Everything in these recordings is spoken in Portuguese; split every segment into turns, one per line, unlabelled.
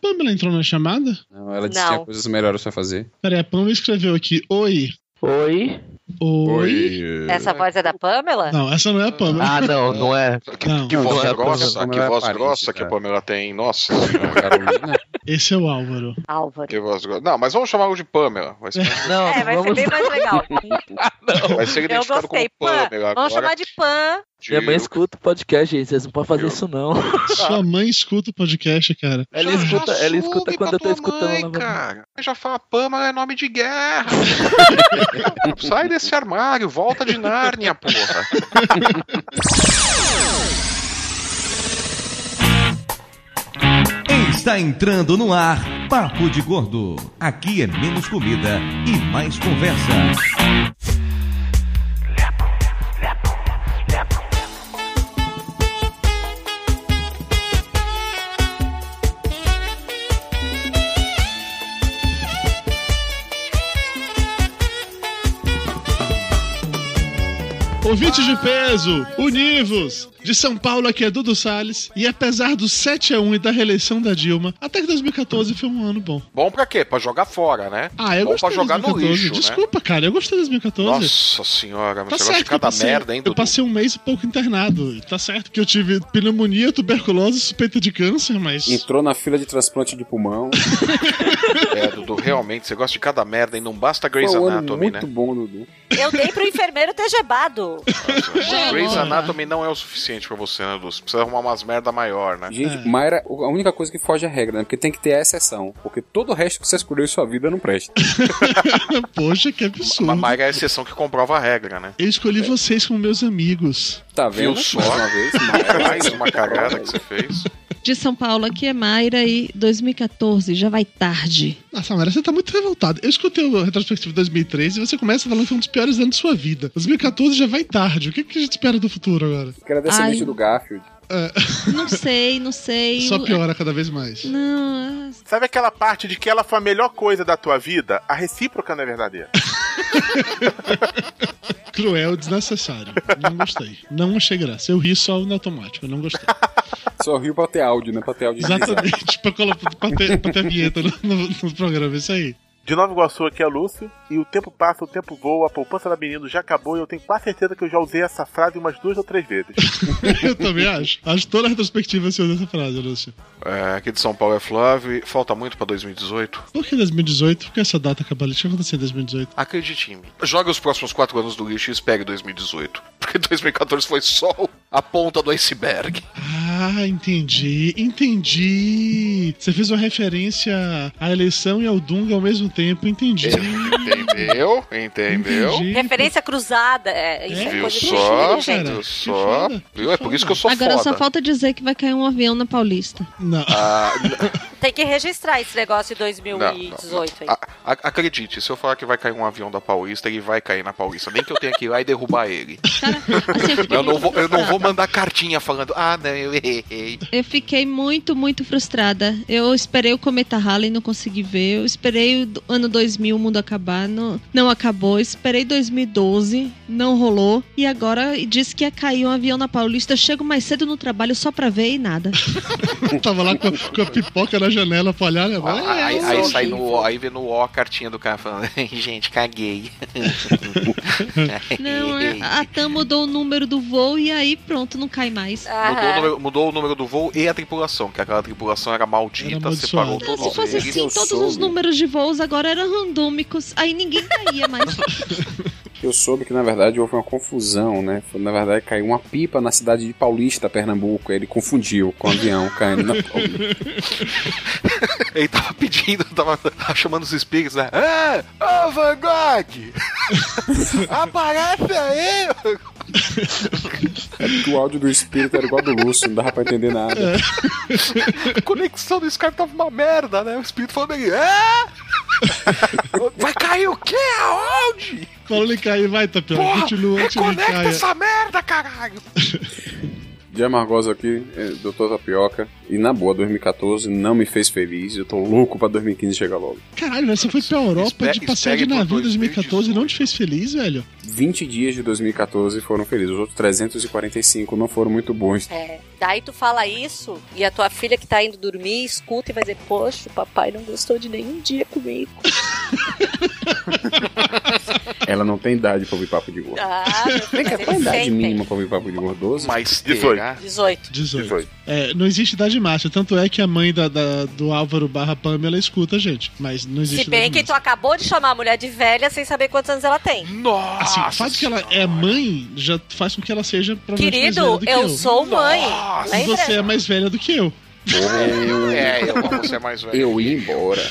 Pamela entrou na chamada?
Não, ela disse que
Não.
tinha coisas melhores pra fazer.
Peraí, a Pamela escreveu aqui. Oi.
Oi?
Oi.
Essa voz é da Pamela?
Não, essa não é a Pamela.
Ah, não, não é.
Que,
Não.
que voz
Não, é
a
grossa,
Pamela
que voz
aparente,
grossa que
tá?
a Pamela tem. Nossa
A
senhora,
Carolina?
Esse é o Álvaro.
Álvaro.
que voz grossa. Não, mas vamos chamar o de Pamela. Vai ser,
Não,
É, vai ser
vamos...
bem mais legal.
vai ser
Eu
identificado
gostei.
como
Pan.
Pamela.
Vamos
agora.
chamar de Pan.
De-
Minha mãe escuta o podcast, gente. Vocês não podem fazer
Eu-
isso, não.
Sua mãe escuta o podcast, cara.
Ela
Já- já
escuta, ela
soube
escuta
da
quando eu tô
tua
escutando. né,
mãe,
ela vai-
cara. Já fala, Pamela é nome de guerra. Sai desse armário, volta de Nárnia, porra.
Está entrando no ar Papo de Gordo. Aqui é menos comida e mais conversa.
Ouvintes de peso, univos! De São Paulo aqui é Dudu Salles. E apesar do 7x1 e da reeleição da Dilma, até que 2014 foi um ano bom.
Bom pra quê? Pra jogar fora, né?
Ah, eu
Bom
gostei
pra jogar no
de 2014.
lixo, né?
Desculpa, cara, eu gostei de 2014.
Nossa senhora, mas você gosta
Tá
de
certo, que eu
cada
passei,
merda, hein,
eu
Dudu?
passei um mês e pouco internado. Tá certo que eu tive pneumonia, tuberculose, suspeita de câncer, mas.
Entrou na fila de transplante de pulmão.
É, Dudu, realmente, você gosta de cada merda e não basta Grey's
Foi um ano
Anatomy, né?
muito bom, Dudu.
Eu dei pro enfermeiro ter gebado.
Já
Grey's
agora.
Anatomy não é o suficiente pra você, né, Dudu? Você precisa arrumar umas merda maior, né?
Gente, Mayra, a única coisa que foge à regra, né? Porque tem que ter a exceção. Porque todo o resto que você escolheu em sua vida não presta.
Poxa, que absurdo.
Mas Mayra é a exceção que comprova a regra, né?
Eu escolhi vocês como meus amigos.
Tá vendo?
Viu só?
Mais uma vez, Mayra.
Mais uma cagada que você fez.
De São Paulo, aqui é Mayra e 2014 já vai tarde.
Nossa, Mara, você tá muito revoltado. Eu escutei o retrospectivo de 2013 e você começa falando que foi um dos piores anos da sua vida. 2014 já vai tarde. O que, que a gente espera do futuro agora?
Que era descendente
Ai.
do Garfield.
Não sei, não sei.
Só piora cada vez mais.
Não, é-
Sabe aquela parte de que ela foi a melhor coisa da tua vida? A recíproca não é verdadeira.
Cruel, desnecessário. Não gostei. Não achei graça. Eu ri só no automático. Não gostei.
Só riu pra ter áudio, né? Pra ter áudio de risada.
Exatamente. pra, colo- Tipo, pra ter, pra ter a vinheta no, no- no programa. Isso aí.
De Nova Iguaçu aqui é Lúcio, e o tempo passa, o tempo voa, a poupança da menino já acabou e eu tenho quase certeza que eu já usei essa frase umas duas ou três vezes.
Eu também acho. Acho toda a retrospectiva seu dessa frase, Lúcio.
É, aqui de São Paulo é Flávio e falta muito pra 2018.
Por que 2018? Por que essa data cabalística aconteceu em 2018?
Acredite em mim. Joga os próximos quatro anos do lixo e espere 2018. Porque 2014 foi só a ponta do iceberg.
Ah, entendi. Entendi. Você fez uma referência à eleição e ao Dunga ao mesmo tempo. Entendi.
É. Entendeu? Entendeu?
Entendi.
Referência cruzada. É, isso é,
É,
Viu
coisa de
só?
gente, gente.
Viu
Que
só?
foda, que
Viu? É por
foda.
isso que eu sou
Agora
foda.
só falta dizer que vai cair um avião na Paulista.
Não.
Ah,
Tem que registrar esse negócio de 2018 aí.
a- a- acredite, se eu falar que vai cair um avião da Paulista, ele vai cair na Paulista. Nem que eu tenha que ir lá e derrubar ele.
Cara, assim, eu fiquei
Eu não
muito
vou, eu não vou
frustrada.
mandar cartinha falando, ah, não, eu errei.
Eu fiquei muito, muito frustrada. Eu esperei o Cometa Halley, não consegui ver. Eu esperei o do- ano 2000, o mundo acabar, não, não acabou. Esperei 2012, não rolou. E agora disse que ia cair um avião na Paulista. Eu chego mais cedo no trabalho só pra ver e nada.
Tava lá com, com a pipoca na janela pra olhar, né?
Ah,
É,
aí,
eu
aí
sou
sai no O, aí vê no O a cartinha do cara falando, gente, caguei.
Não, é, a, a TAM mudou o número do voo e aí pronto, não cai mais.
Mudou o,
Aham.
número, mudou o número do voo e a tripulação, que aquela tripulação era
Era
maldita,
amaldiçoada.
separou
Não, se
todos
fosse
eles.
assim,
eu
todos os
soube.
números de voos agora eram randômicos, aí ninguém caía mais.
Eu soube que, na verdade, houve uma confusão, né? Foi, Na verdade, caiu uma pipa na cidade de Paulista, Pernambuco. Ele confundiu com o avião caindo na Paulista.
Ele tava pedindo, tava, tava chamando os espíritos, né? Ah, ô Van Gogh! Aparece aí!
É porque o áudio do espírito era igual ao do Lúcio, não dava pra entender nada.
A conexão do Skype tava uma merda, né? O espírito falando aí, ah! Vai cair o quê? Aonde?
Paulo ele cai, vai, Tapioca.
Porra!
Continua antes de
Reconecta
cair.
essa merda, caralho!
de Amargosa aqui, é, Doutor Tapioca. E na boa, 2014 não me fez feliz. Eu tô louco pra 2015 chegar logo.
Caralho, velho, você foi pra Europa
Espe-
de passeio de
espere por
navio em 2014 e não te fez feliz, velho?
20 dias de 2014 foram felizes. Os outros 345 não foram muito bons.
É. Daí tu fala isso e a tua filha que tá indo dormir escuta e vai dizer: Poxa, o papai não gostou de nenhum dia comigo.
Ela não tem idade pra ouvir papo de gordo.
Ah,
Vem cá,
mas
qual
eles
a idade
sentem.
mínima pra ouvir papo de gordo? 12?
Mas
Dezoito.
terá.
18.
18.
18.
É, não existe idade máxima. Tanto é que a mãe da, da- do Álvaro barra Pamela escuta a gente. Mas não existe
Se bem
idade
que tu acabou de chamar a mulher de velha sem saber quantos anos ela tem.
Assim,
Nossa!
o fato de que ela é mãe já faz com que ela seja provavelmente mais velha
Querido,
do que eu.
eu, sou mãe.
Nossa,
E
Lembra?
você é mais velha do que eu.
Eu,
É, eu, você é mais velho.
eu ia embora.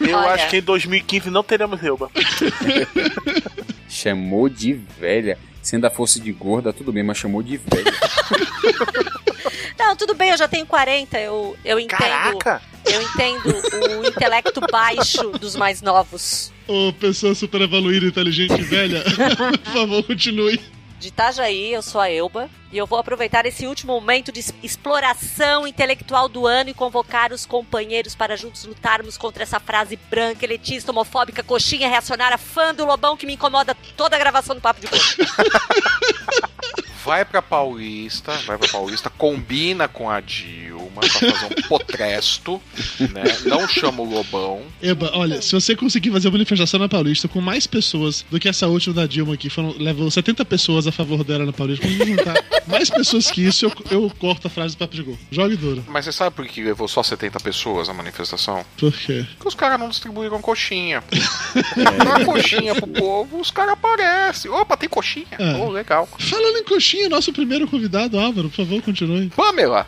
Eu
Olha.
acho que em 2015 não teremos Elba.
Chamou de velha. Se ainda fosse de gorda, tudo bem, mas chamou de velha.
Não, tudo bem, eu já tenho 40. Eu, eu entendo.
Caraca!
Eu entendo o intelecto baixo dos mais novos.
Ô, pessoa super evoluída, inteligente e velha, por favor, continue.
De Itajaí, eu sou a Elba. E eu vou aproveitar esse último momento de es- exploração intelectual do ano e convocar os companheiros para juntos lutarmos contra essa frase branca, elitista, homofóbica, coxinha, reacionária, fã do Lobão que me incomoda toda a gravação do Papo de Gordo.
Vai pra Paulista, vai pra Paulista, combina com a Dilma pra fazer um potresto, né? Não chama o Lobão.
Eba, olha, se você conseguir fazer uma manifestação na Paulista com mais pessoas do que essa última da Dilma aqui, foram, levou 70 pessoas a favor dela na Paulista, quando juntar mais pessoas que isso, eu, eu corto a frase do Papo de Gol. Jogue duro.
Mas você sabe por que levou só 70 pessoas a manifestação?
Por quê?
Porque os caras não distribuíram coxinha.
É.
Dá coxinha pro povo, os caras aparecem. Opa, tem coxinha.
É.
Oh, legal.
Falando em coxinha, nosso primeiro convidado, Álvaro, por favor, continue.
Pamela!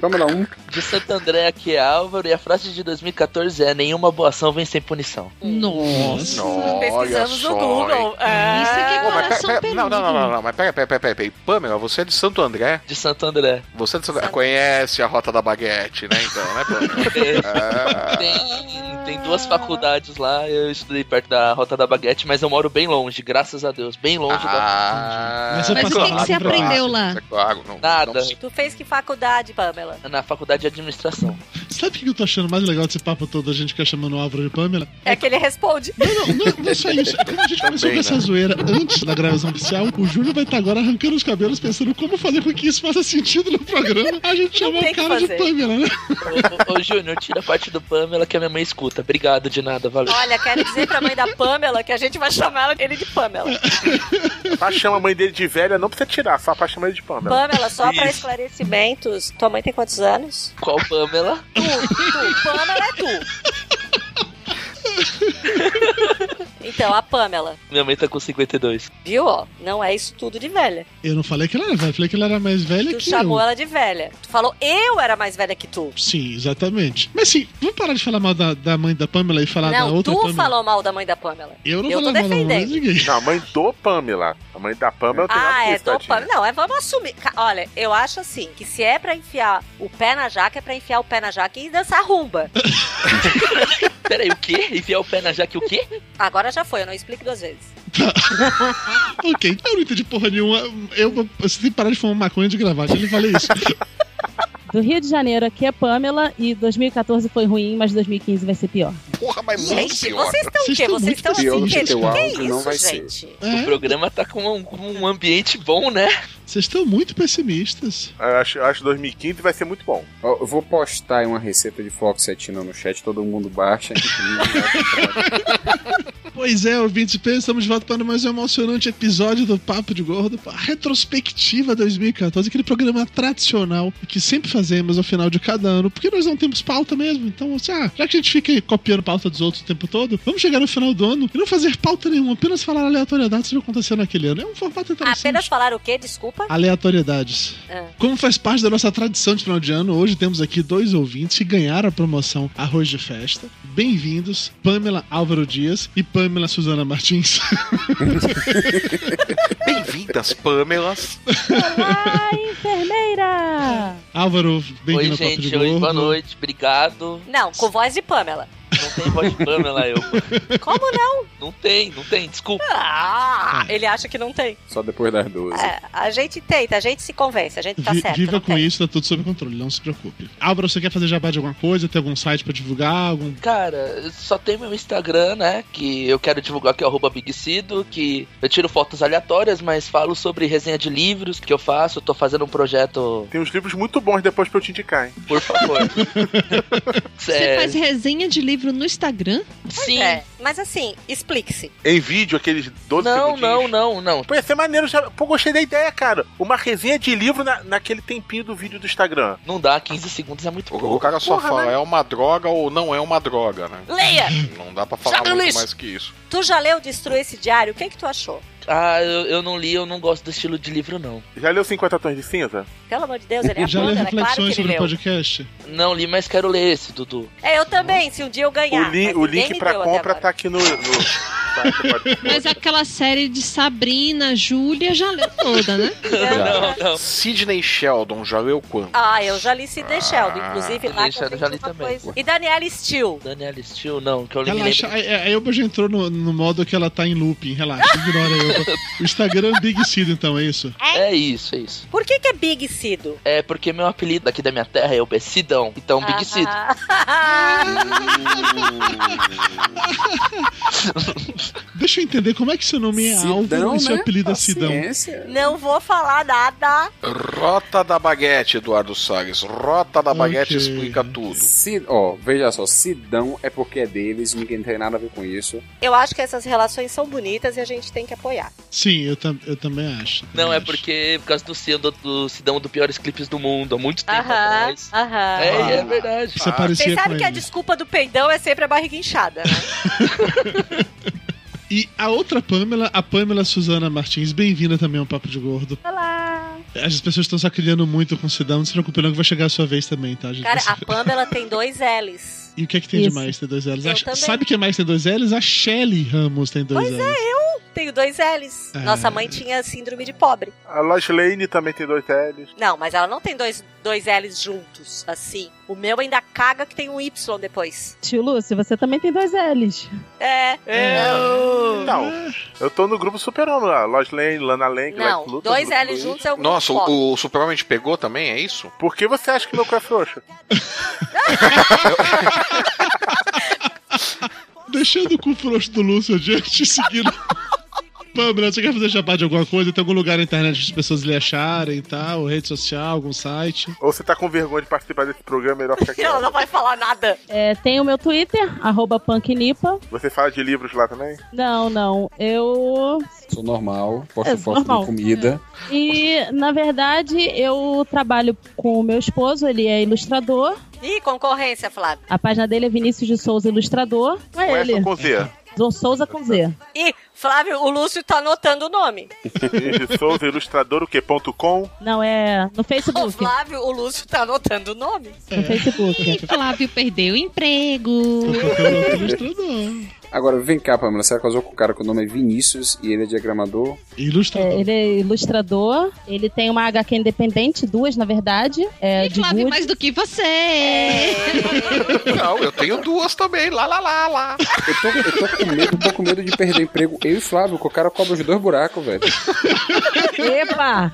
Câmera 1.
De Santo André aqui é Álvaro e a frase de 2014 é Nenhuma boa ação vem sem punição.
Nossa.
Pesquisamos no Google. É.
Isso aqui é
Pô, mas
coração
Ah, pera- pera- não, não, não,
peludo.
não, não, mas pera, pera, pera, pera, pera. Pamela, você é de Santo André.
De Santo André.
Você é de Santo André.
Santo-
Conhece a Rota da Baguete, né? Então, né, Pamela? Ah.
É. Tem, tem duas faculdades lá, eu estudei perto da Rota da Baguete, mas eu moro bem longe, graças a Deus, bem longe da...
Ah,
Mas você
Mas o
passou
que, que você
rápido pra
aprendeu lá?
É claro, não,
Nada.
não se-
Tu fez que faculdade, Pamela?
Na faculdade de administração.
Sabe o que eu tô achando mais legal desse papo todo, a gente ficar chamando o Álvaro de Pamela?
É que ele responde.
Não, não, não é só isso. Como a gente começou
Também,
com essa
né?
zoeira antes da gravação oficial, o Júnior vai estar agora arrancando os cabelos pensando como fazer com que isso faça sentido no programa. A gente
Não
chama
tem
o
que
cara de
fazer.
Pamela, né?
ô, ô, ô Júnior, tira a parte do Pamela que a minha mãe escuta. Obrigado, de nada, valeu.
Olha, quero dizer pra mãe da Pamela que a gente vai chamar ela- ele de Pamela.
Só chama a mãe dele de velha, não precisa tirar, só pra chamar ele de Pamela.
Pamela, só pra
Isso.
esclarecimentos, tua mãe tem quantos anos?
Qual Pamela?
Tu, tu, Pamela é tu. Então, a Pamela,
Minha mãe tá com 52.
viu, ó, não é isso tudo de velha.
Eu não falei que ela era velha, eu falei que ela era mais velha
Tu
que
chamou
eu.
ela de velha. Tu falou, eu era mais velha que tu.
Sim, exatamente. Mas sim, vamos parar de falar mal da, da mãe da Pamela e falar da
não,
outra
tu
Pamela.
falou mal da mãe da Pamela.
Eu não
Eu
falei
tô
mal da mãe de
defendendo.
ninguém. tá?
Não, a mãe do Pamela. A mãe da Pamela tem nada
Ah, é,
disso,
tô
tadinha.
Pamela. Não, é, vamos assumir. Ca- Olha, eu acho assim, que se é pra enfiar o pé na jaca, é pra enfiar o pé na jaca e dançar rumba.
Peraí, o quê? Enfiar o pé na jaque, o
É
quê?
Agora já foi, eu não explico duas vezes.
Ok, então eu não entendi porra nenhuma. Eu, você tem que parar de fumar maconha de gravata. Ele falei isso.
Do Rio de Janeiro, aqui é Pamela e 2014 foi ruim, mas 2015 vai ser pior.
Porra, mas muito
Gente,
pior.
vocês estão o
Vocês
quê?
estão
Vocês
muito
estão assim,
pior do que
gente?
teu
que
áudio,
isso,
não vai ser.
gente?
O
É,
programa tá com um, com um ambiente bom, né?
vocês estão muito pessimistas.
Eu acho, eu acho que 2015 vai ser muito bom.
Ó, Eu vou postar aí uma receita de Foxetina no chat, todo mundo baixa.
Pois é, ouvintes, bem, estamos de volta para mais um emocionante episódio do Papo de Gordo, a retrospectiva 2014, aquele programa tradicional que sempre fazemos ao final de cada ano, porque nós não temos pauta mesmo. Então, assim, ah, já que a gente fica aí copiando pauta dos outros o tempo todo, vamos chegar no final do ano e não fazer pauta nenhuma, apenas falar aleatoriedades que aconteceram naquele ano. É um formato interessante.
Apenas falar o quê? Desculpa.
Ah. Aleatoriedades.
Ah.
Como faz parte da nossa tradição de final de ano, hoje temos aqui dois ouvintes que ganharam a promoção Arroz de Festa. Bem-vindos, Pamela Álvaro Dias e Pamela Suzana Martins.
Bem-vindas, Pamelas.
Olá, enfermeira!
Álvaro,
Oi,
bem-vindo ao Papo de
gente, oi,
Gordo.
boa noite, obrigado.
Não, com voz de Pamela.
não tem voz de Pamela, eu.
Como não?
Não tem, não tem, desculpa.
Ah, ele acha que não tem.
Só depois das 12.
É, a gente tenta, a gente se convence, a gente tá
Vi-
certo.
viva
não
com
tem.
isso, tá tudo sob controle, não se preocupe. Álvaro, você quer fazer jabá de alguma coisa? Tem algum site pra divulgar? Algum...
Cara, só tem meu Instagram, né? Que eu quero divulgar que é arroba Big Cido, que eu tiro fotos aleatórias, mas falo sobre resenha de livros que eu faço. Eu tô fazendo um projeto,
Tem uns livros muito bons depois pra eu te indicar, hein?
por favor.
Você
É,
faz resenha de livro no Instagram?
Sim.
É, mas assim, explique-se.
Em vídeo, aqueles 12
Não,
segundinhos.
não, não, não.
Pô, ia ser maneiro. Já... Pô, gostei da ideia, cara. Uma resenha de livro na- naquele tempinho do vídeo do Instagram.
Não dá, 15 segundos é muito
O, o
pouco.
cara só
Porra,
fala,
mas-
é uma droga ou não é uma droga, né?
Leia,
Não dá pra falar
Joga no
muito
lixo.
mais que isso.
tu já leu Destruir esse Diário? O que que tu achou?
Ah, eu, eu não li, eu não gosto do estilo de livro, não.
Já leu 50 Tons de Cinza?
Pelo amor de Deus, ele é
Já leu
é claro
reflexões
que ele
sobre o
leu.
podcast?
Não li, mas quero ler esse, Dudu.
É, eu também, se um dia eu ganhar.
o, li-
mas
o
ninguém
link
me
pra
deu até
compra
agora.
tá aqui no. no... site, pode-
Mas aquela série de Sabrina, Júlia, já leu toda, né?
Não, não.
Sidney Sheldon, já leu quanto?
Ah, eu já li Sidney Sheldon,
Ah,
inclusive lá
Sidney
que eu
Sheldon já
aprendi
li
uma
também.
coisa. E Daniela Steele.
Daniela Steele, não, que eu li me
Relaxa,
lembro.
a, a Elba já entrou no, no modo que ela tá em looping, relaxa, ignora a Elba. O Instagram é Big Cido, então, é isso?
É isso, é isso.
Por que que é Big Cido?
É porque meu apelido aqui da minha terra é o Sidão. Então, Big Cido.
Ah,
Deixa eu entender como é que seu nome é
Sidão,
Álvaro e seu
né?
apelido
Tá
é Sidão.
Paciência.
não vou falar nada.
Rota da Baguete, Eduardo Salles. Rota da Baguete
Ok.
explica tudo.
Cid- ó, veja só, Sidão é porque é deles, ninguém tem nada a ver com isso.
Eu acho que essas relações são bonitas e a gente tem que apoiar.
Sim, eu, tam- eu também acho. também
Não, é
acho.
porque por causa do Sidão, do Sidão do piores clipes do mundo, há muito tempo
Aham,
atrás.
aham.
É, e é verdade.
Você
Ah.
parecia
Vocês
com
sabem que a
ele.
desculpa do peidão é sempre a barriga inchada, né?
E a outra Pamela, a Pamela Suzana Martins, bem-vinda também ao Papo de Gordo.
Olá!
As pessoas estão sacaneando muito com o Sidão, não se preocupe não que vai chegar a sua vez também, tá? gente?
Cara, a Pamela tem dois L's.
E o que é que tem
Isso.
de mais? Tem dois L's.
Eu
A-
também.
Sabe o que é mais tem dois L's? A Shelly Ramos tem dois
Pois é,
L's.
Tenho dois L's.
É.
Nossa mãe tinha síndrome de pobre.
A Lois Lane também tem dois L's.
Não, mas ela não tem dois, dois L's juntos, assim. O meu ainda caga que tem um Y depois.
Tio Lúcio, você também tem dois L's.
É.
Eu-
Não, eu tô no grupo Super-Homem lá. Lois Lane, Lana Lang,
Não,
Lex Luthor,
dois
Bruce
L's
Wayne.
juntos é o
Nossa,
pobre.
o, o Superman te pegou também, é isso?
Por que você acha que meu cu é frouxo?
Deixando o cu frouxo do Lúcio adiante, seguindo. Pamela, você quer fazer jabá de alguma coisa? Tem algum lugar na internet que as pessoas lhe acharem e tal? Rede social, algum site?
Ou você tá com vergonha de participar desse programa, é melhor ficar
Ela
quieto.
não vai falar nada.
É, tem o meu Twitter, arroba punknipa.
Você fala de livros lá também?
Não, não. Eu
Sou normal, posto
É,
foto
normal.
de comida.
E, na verdade, eu trabalho com o meu esposo, ele é ilustrador.
Ih, concorrência, Flávio.
A página dele é Vinícius de Souza Ilustrador. Não
Com
é
S ou
ele,
com Z?
Zou- Souza com Z.
Ih, Flávio, o Lúcio tá anotando o nome.
Luiz Souza, ilustrador, o quê? Ponto com?
Não, é no
O
Facebook.
Flávio, o Lúcio tá anotando o nome.
No Facebook.
E Flávio perdeu o emprego.
Porque eu não tô ilustrador.
Agora, vem cá, Pamela, você casou com um cara que o nome é Vinícius e ele é diagramador.
É,
Ilustrador.
ele é ilustrador, ele tem uma HQ independente, duas na verdade. É,
E
de
Flávio,
Good.
mais do que você.
Não, eu tenho É. duas também. Lá, lá, lá, lá.
Eu tô, eu tô com medo, tô com medo de perder o emprego. Eu e Flávio, que o cara cobra os dois buracos, velho.
Epa!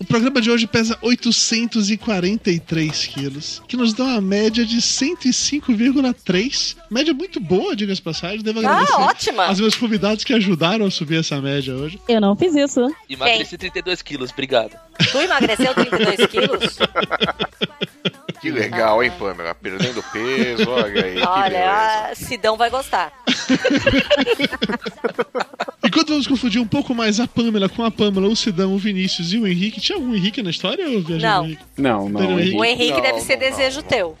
O programa de hoje pesa 843 quilos, que nos dá uma média de 105,3. Média muito boa, diga-se de passagem. Devo agradecer
Ah, ótima.
aos meus convidados que ajudaram a subir essa média hoje.
Eu não fiz isso.
Emagreci 32 quilos, obrigado.
Tu emagreceu 32 quilos?
Que legal, hein, Pamela? Perdendo peso, olha aí. que beleza.
Olha, a Sidão vai gostar.
Enquanto vamos confundir um pouco mais a Pamela com a Pamela, o Sidão, o Vinícius e o Henrique. Tinha algum Henrique na história? ou Eu viajei
Não.
no Henrique?
Não, não, Henrique.
O Henrique
Não,
deve ser
não,
desejo
não,
teu.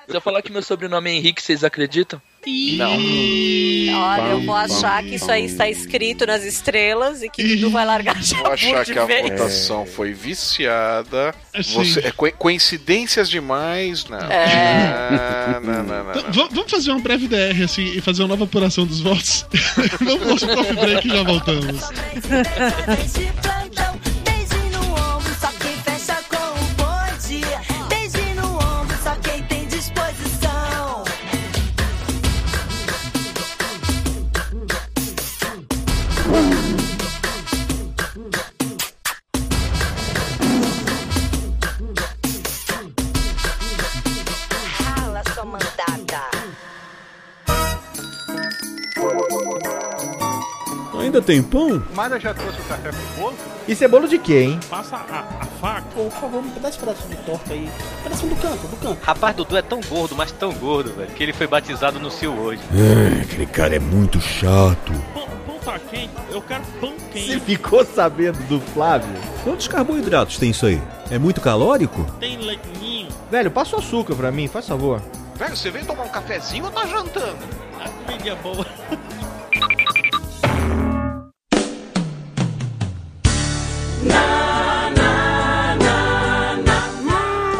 Se eu falar que meu sobrenome é Henrique, vocês acreditam?
Então.
Olha, eu
Pam,
vou achar
pam,
que isso aí
pam.
está escrito nas estrelas e que Dudu vai largar já
Vou achar
é
de
que a
vez.
votação foi viciada.
Assim,
Você, é co- coincidências demais? Não. Ah, não, não, não,
então,
não.
va- vamos fazer uma breve DR, assim, e fazer uma nova apuração dos votos. vamos pro nosso coffee break e já voltamos.
Desde no ombro, só quem fecha com o bonde. Desde no ombro, só quem
Ainda tem pão?
Mara já trouxe o café pro bolo?
Isso é bolo de quê, hein?
Passa a, faca. Pô, por favor, me dá esse pedaço de torta aí. Pedaço do canto, do canto.
Rapaz, Dudu é tão gordo, mas tão gordo, velho, que ele foi batizado no Sil hoje.
aquele cara é muito chato.
Pão, pão tá quente? Eu quero pão
Você ficou sabendo do Flávio? Quantos carboidratos tem isso aí? É muito calórico?
Tem leitinho.
Velho, passa o açúcar pra mim, faz favor.
Velho, você veio tomar um cafezinho ou tá jantando?
A
é
filha boa.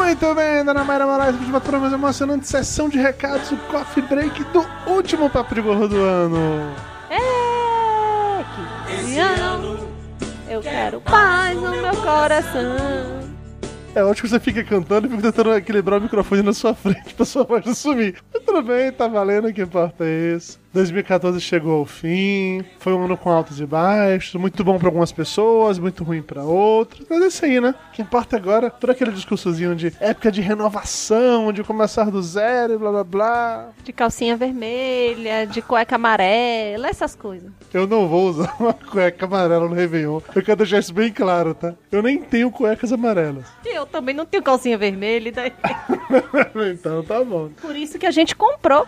Muito bem, dona Mayra Moraes, vamos para mais uma emocionante sessão de recados, o coffee break do último Papo de Gordo do ano.
É que esse ano eu quero paz no meu coração.
É ótimo que você fica cantando e fica tentando equilibrar o microfone na sua frente pra sua voz não sumir. Mas tudo bem, tá valendo, o que importa é isso. 2014 chegou ao fim, foi um ano com altos e baixos, muito bom pra algumas pessoas, muito ruim pra outras, mas é isso aí, né? O que importa agora, é todo aquele discursozinho de época de renovação, de começar do zero e blá blá blá.
De calcinha vermelha, de cueca amarela, essas coisas.
Eu não vou usar uma cueca amarela no Réveillon. Eu quero deixar isso bem claro, tá? Eu nem tenho cuecas amarelas.
E eu também não tenho calcinha vermelha, e daí... É
então tá bom.
por isso que a gente comprou.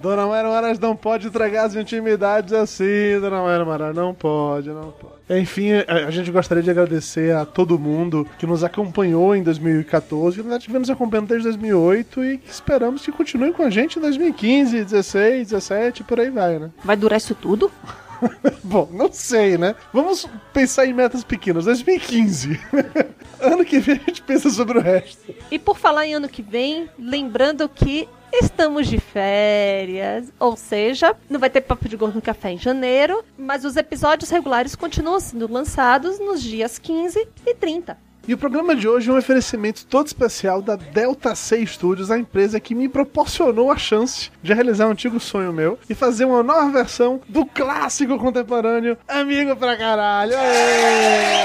Dona Mayra Maras não pode entregar as intimidades assim, Dona Mayra Maras, não pode, não pode. Enfim, a a gente gostaria de agradecer a todo mundo que nos acompanhou em 2014, que na verdade vem nos acompanhando desde 2008 e que esperamos que continue com a gente em 2015, 16, 17, por aí vai, né?
Vai durar isso tudo?
Bom, não sei, né? Vamos pensar em metas pequenas. 2015. ano que vem a gente pensa sobre o resto.
E por falar em ano que vem, lembrando que estamos de férias, ou seja, não vai ter papo de gordo no café em janeiro, mas os episódios regulares continuam sendo lançados nos dias 15 e 30.
E o programa de hoje é um oferecimento todo especial da Delta C Studios, a empresa que me proporcionou a chance de realizar um antigo sonho meu e fazer uma nova versão do clássico contemporâneo Amigo pra Caralho. Aê!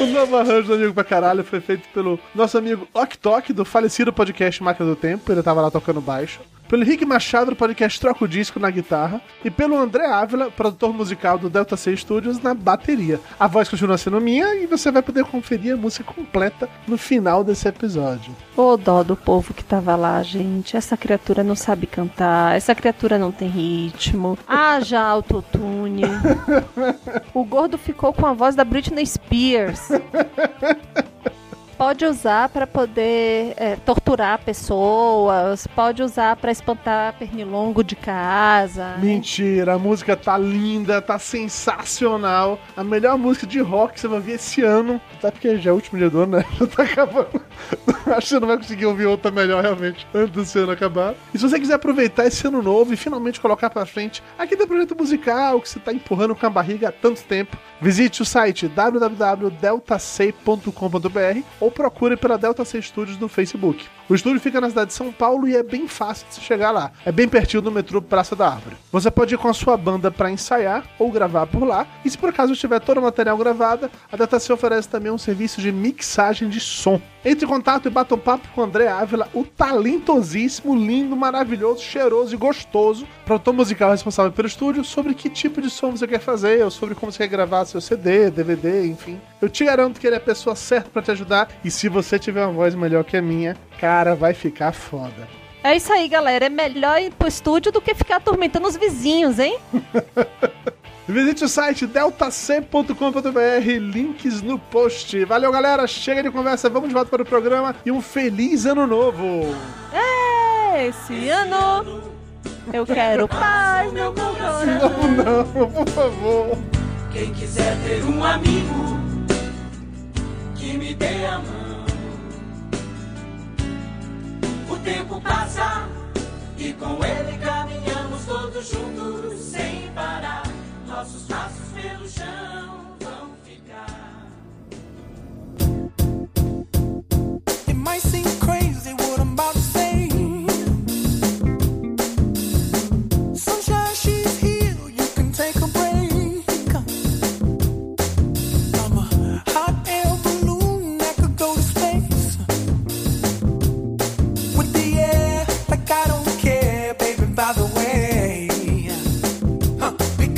O novo arranjo do Amigo pra Caralho foi feito pelo nosso amigo Ok Tok, do falecido podcast Máquina do Tempo, ele tava lá tocando baixo. Pelo Henrique Machado, do podcast Troca o Disco na guitarra. E pelo André Ávila, produtor musical do Delta C Studios, na bateria. A voz continua sendo minha e você vai poder conferir a música completa no final desse episódio.
Ô dó do povo que tava lá, gente. Essa criatura não sabe cantar, essa criatura Ah, não tem ritmo. Haja autotune. o gordo ficou com a voz da Britney Spears. Pode usar pra poder é, torturar pessoas, pode usar pra espantar pernilongo de casa.
Mentira, a música tá linda, tá sensacional. A melhor música de rock que você vai ver esse ano. Tá porque já é o último dia do ano, né? Já tá acabando. Acho que você não vai conseguir ouvir outra melhor realmente antes do seu ano acabar. E se você quiser aproveitar esse ano novo e finalmente colocar pra frente aquele projeto musical que você tá empurrando com a barriga há tanto tempo, visite o site www.deltac.com.br ou procure pela Delta C Studios no Facebook. O estúdio fica na cidade de São Paulo e é bem fácil de se chegar lá. É bem pertinho do metrô Praça da Árvore. Você pode ir com a sua banda para ensaiar ou gravar por lá. E se por acaso tiver todo o material gravado, a Delta C oferece também um serviço de mixagem de som. Entre em contato e bata um papo com o André Ávila, o talentosíssimo, lindo, maravilhoso, cheiroso e gostoso produtor musical responsável pelo estúdio, sobre que tipo de som você quer fazer, ou sobre como você quer gravar seu CD, DVD, enfim. Eu te garanto que ele é a pessoa certa para te ajudar, e se você tiver uma voz melhor que a minha, cara, vai ficar foda.
É isso aí, galera. É melhor ir pro estúdio do que ficar atormentando os vizinhos, hein?
Visite o site deltac.com.br, links no post. Valeu, galera. Chega de conversa, vamos de volta para o programa e um feliz ano novo.
É, Esse ano eu quero paz no meu coração.
Não, não, por favor.
Quem quiser ter um amigo que me dê a mão. O tempo passa e com ele caminhamos todos juntos sem parar. Nossos passos pelo chão vão ficar.
It might seem crazy what I'm about to say. Sunshine, she's here. You can take a break. I'm a hot air balloon that could go to space. With the air, like I don't care, baby. By the way, huh? Pick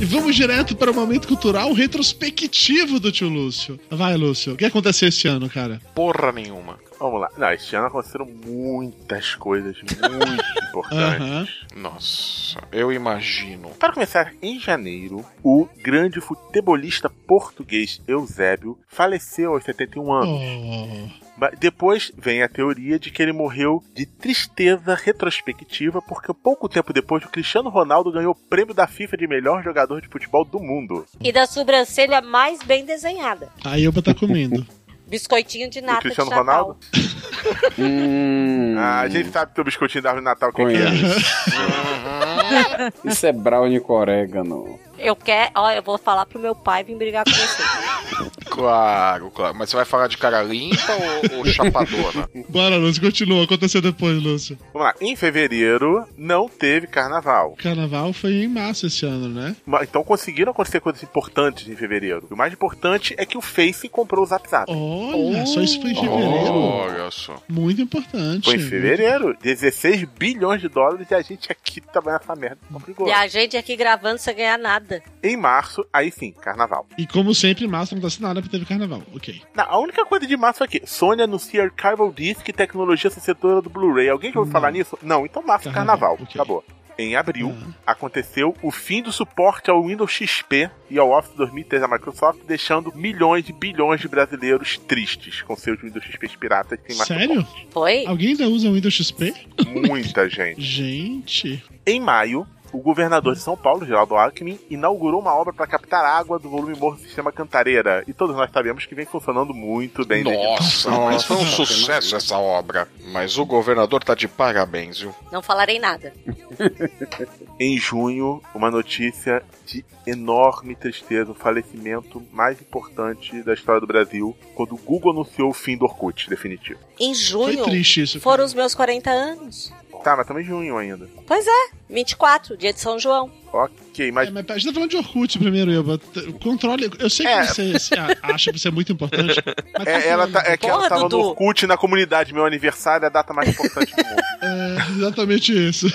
E vamos direto para o momento cultural retrospectivo do tio Lúcio. Vai, Lúcio. O que aconteceu esse ano, cara?
Porra nenhuma.
Vamos lá. Não, esse ano aconteceram muitas coisas muito importantes.
Nossa, eu imagino.
Para começar, em janeiro, o grande futebolista português Eusébio faleceu aos 71
Hum.
anos.
Oh.
Mas Depois vem a teoria de que ele morreu de tristeza retrospectiva, porque pouco tempo depois o Cristiano Ronaldo ganhou o prêmio da FIFA de melhor jogador de futebol do mundo.
E da sobrancelha mais bem desenhada.
Aí eu vou estar comendo.
Biscoitinho de nata de
Cristiano
Natal.
Ronaldo?
Hum.
Ah, a gente sabe que o biscoitinho da árvore de Natal o que, que é.
Uhum.
Isso é brownie com orégano.
Eu quero... Ó, eu vou falar pro meu pai vir brigar com você.
Claro, claro. Mas você vai falar de cara limpa ou, ou chapadona?
Bora, Lúcio. Continua. Aconteceu depois, Lúcio.
Vamos lá. Em fevereiro não teve carnaval.
Carnaval foi em março esse ano, né?
Mas, Então conseguiram acontecer coisas importantes em fevereiro. E o mais importante é que o Face comprou o Zap Zap.
Olha, só isso foi em fevereiro.
Olha só.
Muito importante.
Foi em fevereiro. 16 bilhões de dólares e a gente aqui também nessa merda. Não brigou.
E a gente aqui gravando sem ganhar nada.
Em março, aí sim, carnaval.
E como sempre, em março não acontece nada porque teve carnaval. Ok.
Não, a única coisa de março aqui, Sony anuncia Archival Disc e tecnologia sucessora do Blu-ray. Alguém já ouviu falar nisso? Não, então março, carnaval. Acabou. Em abril, aconteceu o fim do suporte ao Windows XP e ao Office 2003 da Microsoft, deixando milhões e bilhões de brasileiros tristes com seus Windows XP piratas. sem mais
Sério?
Foi?
Alguém ainda usa o Windows XP?
Muita gente.
Gente.
Em maio, o governador de São Paulo, Geraldo Alckmin, inaugurou uma obra para captar água do volume morro do sistema Cantareira. E todos nós sabemos que vem funcionando muito bem. desde
Nossa,
então.
mas foi um sucesso essa obra. Mas o governador tá de parabéns, viu?
Não falarei nada.
em junho, uma notícia de enorme tristeza, o falecimento mais importante da história do Brasil, quando o Google anunciou o fim do Orkut, definitivo.
Em junho.
Foi triste isso, cara.
Foram os meus 40 anos.
Tá, mas estamos em junho ainda.
Pois é, 24, dia de São João.
Ok, mas...
É, mas a gente tá falando de Orkut primeiro, Elba. T- Controle. Eu sei que
É.
você se a- acha que isso é muito importante. mas
É,
tá
ela
falando.
tá- é que ela tava no Orkut na comunidade, meu aniversário é a data mais importante do mundo.
É, exatamente isso.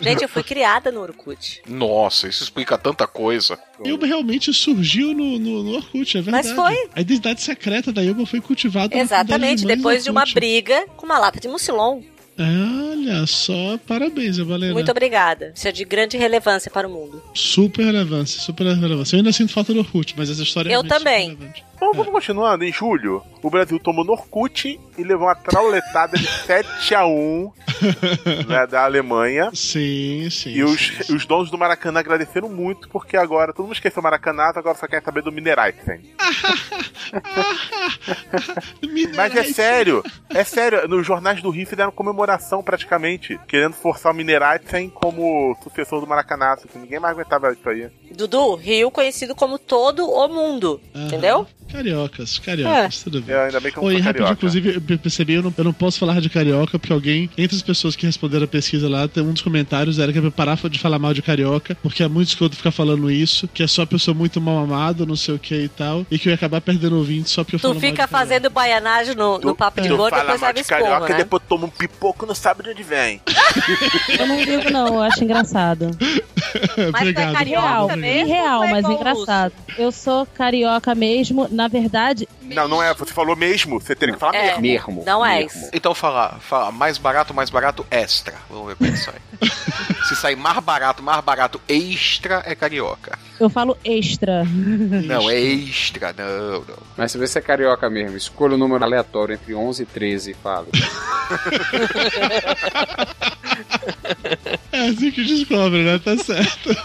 Gente, eu fui criada no Orkut.
Nossa, isso explica tanta coisa.
Ilba realmente surgiu no, no, no Orkut, é
Mas
verdade.
foi.
A identidade secreta da Ilba foi cultivada na comunidade
Exatamente,
mães
depois de uma
Orkut.
briga com uma lata de mucilon.
Olha só, parabéns, Ilba Helena.
Muito obrigada. Isso é de grande relevância para o mundo.
Super relevância, super relevância. Eu ainda sinto falta do Orkut, mas essa história
Eu
realmente-
também.
Então vamos continuando. Em julho, o Brasil tomou no Orkut e levou uma trauletada de 7x1 né, da Alemanha.
Sim, sim.
E os, os donos do Maracanã agradeceram muito, porque agora todo mundo esqueceu o Maracanã, agora só quer saber do Mineraizen. Mas é sério, é sério. Nos jornais do Rio fizeram comemoração praticamente, querendo forçar o Mineraizen como sucessor do Maracanã, assim, que ninguém mais aguentava isso aí.
Dudu, Rio conhecido como todo o mundo. Entendeu? Ah.
Cariocas, cariocas, Ah, tudo bem.
É, ainda bem que eu não
Oi,
sou
rapidinho,
carioca.
inclusive, eu percebi, eu não, eu não posso falar de carioca, porque alguém, entre as pessoas que responderam a pesquisa lá, tem um dos comentários era que é pra parar de falar mal de carioca, porque é muito escroto ficar falando isso, que é só pessoa muito mal amada, não sei o que e tal, e que eu ia acabar perdendo ouvinte só porque eu falo
Tu fica
mal de
fazendo baianagem no, no papo de
tu
gordo,
fala
depois
mal
leva
de
esporro,
carioca
né?
e depois toma um pipoco e não sabe de onde vem.
Eu não digo, não, eu acho engraçado.
carioca.
Mas tu é carioca
Real,
mesmo?
irreal,
ou é
mas
igual o
engraçado. Eu sou carioca mesmo, na verdade.
Não, não é. Você falou mesmo. Você teria que falar
É,
mesmo.
não é
Mesmo.
Então fala, fala, mais barato, mais barato, extra. Vamos ver como é que sai. Se sair mais barato, mais barato, extra é carioca.
Eu falo extra.
Não, é extra, não, não.
Mas se você é carioca mesmo, escolha o um número aleatório entre 11 e 13 e fale.
É assim que descobre, né? Tá certo.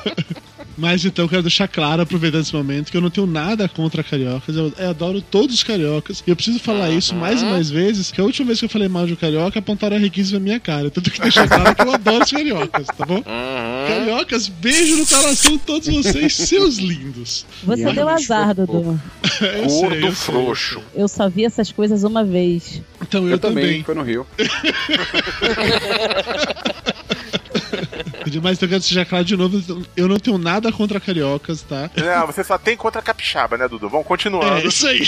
Mas então eu quero deixar claro, aproveitando esse momento, que eu não tenho nada contra cariocas. Eu, eu adoro todos os cariocas. E eu preciso falar isso mais e mais vezes, que a última vez que eu falei mal de um carioca, apontaram a requisa na minha cara. Tanto que deixar claro que eu adoro os cariocas, tá bom?
Uhum.
Cariocas, beijo no coração de todos vocês, seus lindos.
Você deu azar, Dudu.
Eu sei, eu sei.
frouxo.
Eu só vi essas coisas uma vez.
Então eu, também.
Foi no Rio.
Mas então eu quero deixar claro de novo, eu não tenho nada contra cariocas, tá?
Não, Né, você só tem contra capixaba, né, Dudu? Vamos continuando.
É isso aí.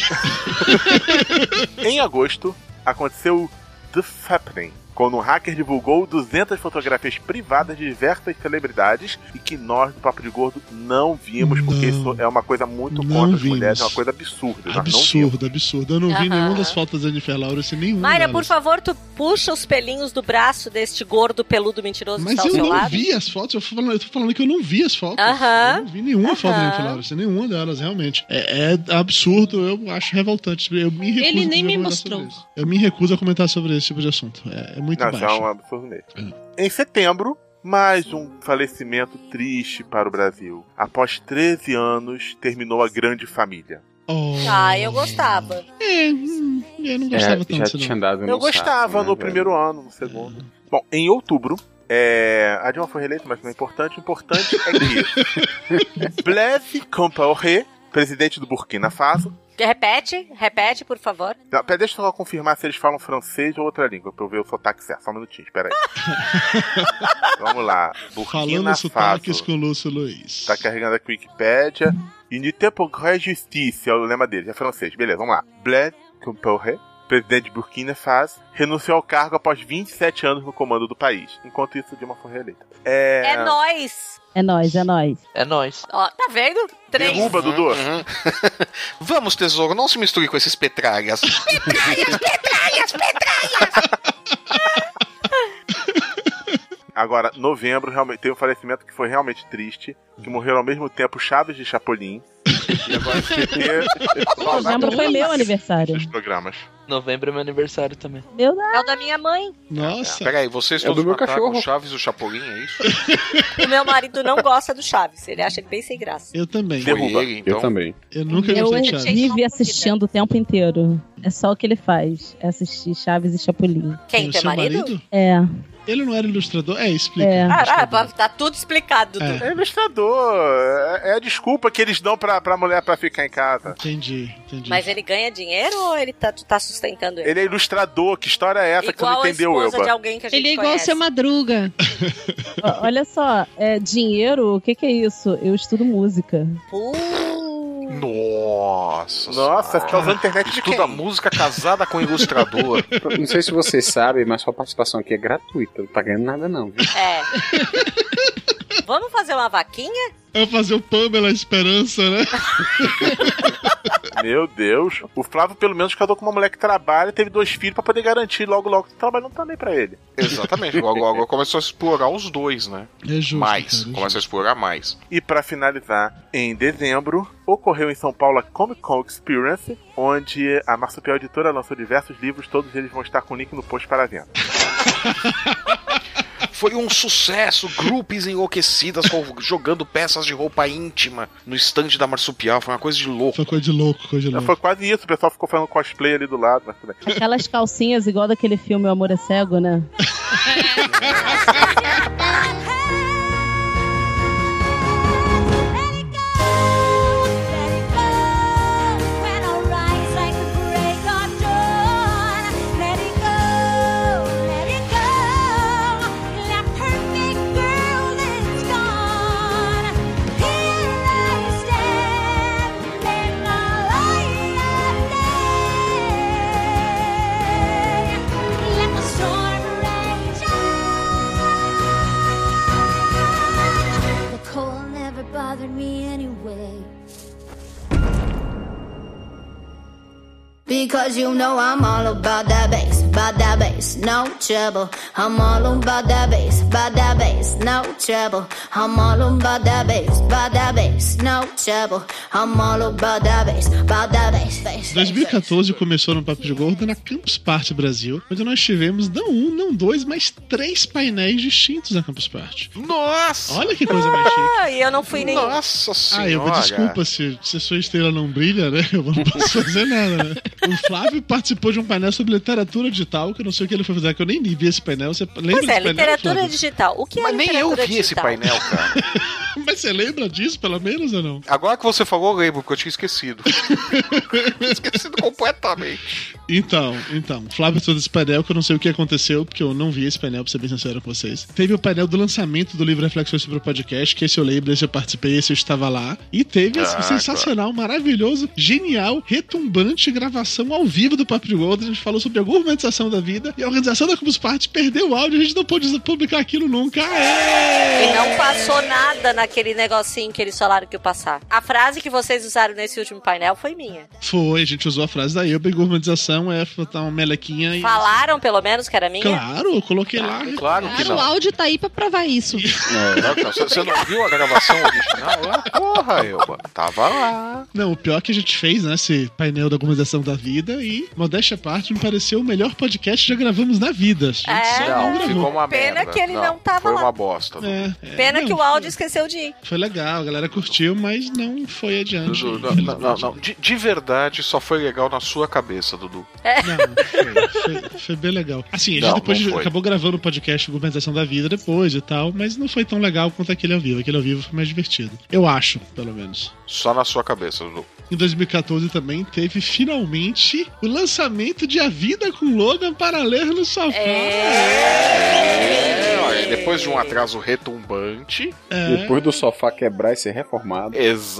em agosto, aconteceu o The Fappening. quando um hacker divulgou 200 fotografias privadas de diversas celebridades e que nós do Papo de Gordo não vimos, porque isso é uma coisa muito
Não
contra as
vimos.
mulheres, é uma coisa absurda. nós não vimos.
Absurdo, absurdo. Eu não vi
Aham.
nenhuma das fotos da Jennifer Lawrence, nenhuma.
Mayra,
delas.
por favor, tu puxa os pelinhos do braço deste gordo peludo mentiroso que
Mas
está tá ao
eu
seu
não
lado.
vi as fotos, eu, tô falando, eu tô falando que eu não vi as fotos.
Aham.
Eu não vi nenhuma foto da
Aham.
Jennifer Lawrence, nenhuma delas, realmente. É, é absurdo, eu acho revoltante. Eu me recuso
Ele
a
nem me
comentar
mostrou.
sobre isso. Eu me recuso a comentar sobre esse tipo de assunto. É, é muito
Não, isso
baixo.
é um absurdo mesmo.
É.
Em setembro, mais um falecimento triste para o Brasil. Após 13 anos, terminou a grande família.
Ah, eu gostava.
É, hum, eu não
gostava
é,
tanto
já
disso, não.
tinha dado
Eu gostava no primeiro ano, no segundo. Bom, em outubro, é... a Dilma foi reeleita, mas não é importante. O importante é que Blaise Compaoré, presidente do Burkina Faso,
Repete, repete, por favor.
não, pera, deixa eu só confirmar se eles falam francês ou outra língua, pra eu ver o sotaque certo. Só um minutinho, espera aí. Vamos lá. Burkina
Falando sotaques
Faso.
com o Lúcio Luiz.
Tá carregando aqui o Wikipédia. Unité pour la Justice é o lema dele, é francês. Beleza, vamos lá. Blaise Compaoré, presidente de Burkina Faso, renunciou ao cargo após 27 anos no comando do país. Enquanto isso, Dilma foi reeleita. É,
É nóis.
É nóis, é nóis.
É nóis.
Ó, tá vendo? Três.
Uhum,
Dudu.
Vamos, tesouro, não se misture com esses petralhas.
Petralhas, petralhas!
Agora, novembro, realmente, teve um falecimento que foi realmente triste, que morreram ao mesmo tempo Chaves de Chapolin. E agora,
Novembro foi meu aniversário.
programas.
Novembro é meu aniversário também.
Meu Deus.
É o da minha mãe.
Nossa.
Peraí, vocês
É do
todos
meu
mataram
cachorro.
o Chaves e o Chapolin, é isso?
O meu marido não gosta do Chaves. Ele acha ele bem sem graça.
Eu também.
Derruba. Ele, então. Eu
também.
Eu nunca
Eu
gostei de Chaves.
vive assistindo o tempo inteiro. É só o que ele faz. É assistir Chaves e Chapolin.
Quem, O teu seu marido? marido?
É.
Ele não era ilustrador? É, explica.
É.
Ah, ah, tá tudo explicado, Dudu.
É ilustrador. É, é a desculpa que eles dão pra, pra mulher pra ficar em casa.
Entendi, entendi.
Mas ele ganha dinheiro ou ele tá, tu tá sustentando ele?
Ele é ilustrador, que história é essa
Igual
que
a
você não entendeu,
esposa
Elba?
de alguém que a gente
Ele é igual o
conhece.
seu Madruga.
Ó, Olha só, é, dinheiro, o que, que é isso? Eu estudo música.
Nossa.
Nossa, você tá usando internet de
Estuda música casada com ilustrador.
Não sei se vocês sabem, mas sua participação aqui é gratuita, não tá ganhando nada não, viu?
É. Vamos fazer uma vaquinha?
Eu fazer o Pamela Esperança, né?
Meu Deus. O Flávio, pelo menos, casou com uma mulher que trabalha e teve dois filhos pra poder garantir logo, logo, que trabalhando também pra ele.
Exatamente. Logo, logo começou a explorar os dois, né?
É justo.
Mais. Começa a explorar mais.
E pra finalizar, em dezembro, ocorreu em São Paulo a Comic Con Experience, onde a Marsupial Editora lançou diversos livros, todos eles vão estar com o link no post para venda.
Foi um sucesso. Grupos enlouquecidas rou- jogando peças de roupa íntima no estande da Marsupial. Foi uma coisa de louco.
Foi coisa de louco, coisa de louco.
Foi quase isso, o pessoal ficou fazendo cosplay ali do lado, mas tudo
Então,
bem.
Aquelas calcinhas igual daquele filme O Amor é Cego, né?
The cold never bothered me anyway. Because you know I'm all about that bass, about that bass, no trouble. I'm all about that bass, about that bass, no trouble. I'm all about that bass, about that bass, no trouble. I'm all about that bass, about that bass, bass.
2014 começou no Papo de Gordo na Campus Party Brasil, onde nós tivemos não um, não dois, mas três painéis distintos na Campus Party.
Nossa!
Olha que coisa mais chique.
Ah, e eu não fui nem.
Nossa
Ah, eu vou desculpa se, se a sua estrela não brilha, né? Eu não posso fazer nada, né? O Flávio participou de um painel sobre literatura digital, que eu não sei o que ele foi fazer, que eu nem vi esse painel. Você lembra
Pois
desse
é,
painel,
literatura
Flávio?
digital. O que é
Mas nem
literatura
eu vi esse
digital?
painel, cara.
Mas você lembra disso, pelo menos, ou não?
Agora que você falou, eu lembro, porque eu tinha esquecido. esquecido completamente.
Então, então, Flávio todo esse painel que eu não sei o que aconteceu, porque eu não vi esse painel, pra ser bem sincero com vocês. Teve o painel do lançamento do livro Reflexões sobre o Podcast, que esse eu lembro, esse eu participei, esse eu estava lá. E teve esse
Ah,
sensacional, maravilhoso, genial, retumbante gravação ao vivo do Papo de Gordo. A gente falou sobre a gourmetização da vida e a organização da Cubus Party perdeu o áudio, a gente não pôde publicar aquilo nunca. Aê!
E não passou nada naquele negocinho que eles falaram que ia passar. A frase que vocês usaram nesse último painel foi minha.
Foi, a gente usou a frase da Elba e gourmetização é botar uma melequinha e.
Falaram, pelo menos, que era minha?
Claro, eu coloquei lá.
Claro
Cara, o áudio tá aí pra provar isso.
Você você É. não viu a gravação original lá? Porra, Elba. Tava lá.
Não, o pior que a gente fez, né? Esse painel da gourmetização da vida e, modéstia à parte, me pareceu o melhor podcast que já gravamos na vida. A gente só não
Não,
gravou.
ficou uma
Pena
merda.
que ele não tava
Foi
lá.
uma bosta.
É, é,
Pena
não,
que o áudio esqueceu de ir.
Foi legal, a galera curtiu, mas não foi adiante.
Dudu, não, não, não, não. De, de verdade, só foi legal na sua cabeça, Dudu.
Foi, foi bem legal. Assim, a gente
Não,
depois
não foi.
acabou gravando o podcast Gourmetização da Vida depois e tal, mas não foi tão legal quanto aquele ao vivo. Aquele ao vivo foi mais divertido. Eu acho, pelo menos.
Só na sua cabeça, Dudu.
Em 2014 também teve finalmente o lançamento de A Vida com Logan para ler no sofá.
É, olha, depois de um atraso retumbante.
É.
Depois do sofá quebrar e ser reformado.
Exatamente.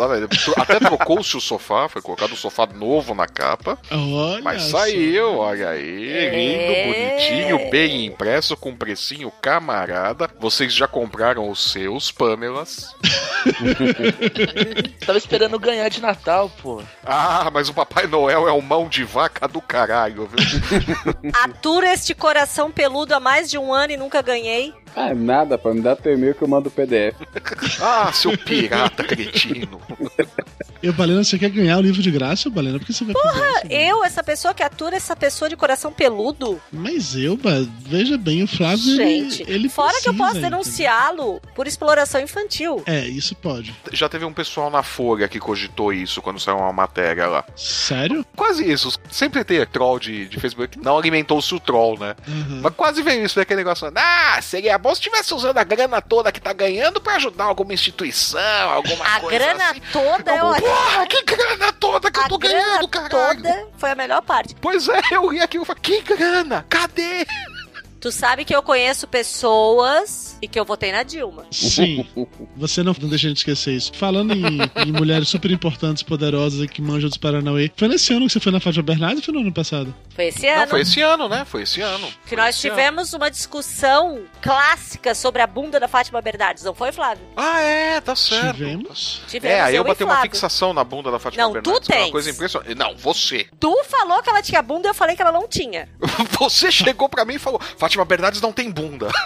Até trocou-se o sofá, foi colocado um sofá novo na capa.
Olha
Mas
só.
saiu, olha aí,
É.
lindo, bonitinho, bem impresso, com um precinho camarada. Vocês já compraram os seus, Pamelas?
Tava esperando ganhar de Natal, pô.
Ah, mas o Papai Noel é o mão de vaca do caralho, viu?
Atura este coração peludo há mais de um ano e nunca ganhei.
Ah, nada, pá, me dá teu e-mail que eu mando o PDF.
ah, seu pirata cretino.
Eu, Balena, você quer ganhar o livro de graça, Balena? Porque você vai
Porra,
né?
eu, essa pessoa que atura essa pessoa de coração peludo?
Mas eu,
é,
ba- veja bem, o Flávio.
Gente,
ele, ele
fora que eu
precisa,
posso
entendeu?
denunciá-lo por exploração infantil.
É, isso pode.
Já teve um pessoal na Folha que cogitou isso quando saiu uma matéria lá.
Sério?
Quase isso. Sempre tem troll de, de Facebook. Não alimentou-se o troll, né?
Uhum.
Mas quase veio isso, né? Aquele negócio. Ah, seria bom se tivesse usando a grana toda que tá ganhando pra ajudar alguma instituição, alguma
A
coisa. assim.
grana toda é ótima.
Porra, que grana toda que eu tô ganhando, caralho!
toda foi a melhor parte.
Pois é, eu li aquilo e falei, que grana? Cadê?
Tu sabe que eu conheço pessoas e que eu votei na Dilma.
Sim. Você não, não deixa a gente esquecer isso. Falando em, em mulheres super importantes, poderosas e que manjam dos Paranauê, foi nesse ano que você foi na Fátima Bernardes ou foi no ano passado?
Foi esse ano.
Não, foi esse ano, né? Foi esse ano.
Que nós
é.
tivemos uma discussão clássica sobre a bunda da Fátima Bernardes, não foi, Flávio?
Ah, é, tá certo.
Tivemos.
Tivemos,
é, aí
eu
eu
e
bati uma
Flávio.
fixação na bunda da Fátima
Não, tu
Bernardes. que era
tens.
Uma coisa impressionante. Não, você.
Tu falou que ela tinha bunda e eu falei que ela não tinha.
Você chegou pra mim e falou: Fátima Bernardes não tem bunda.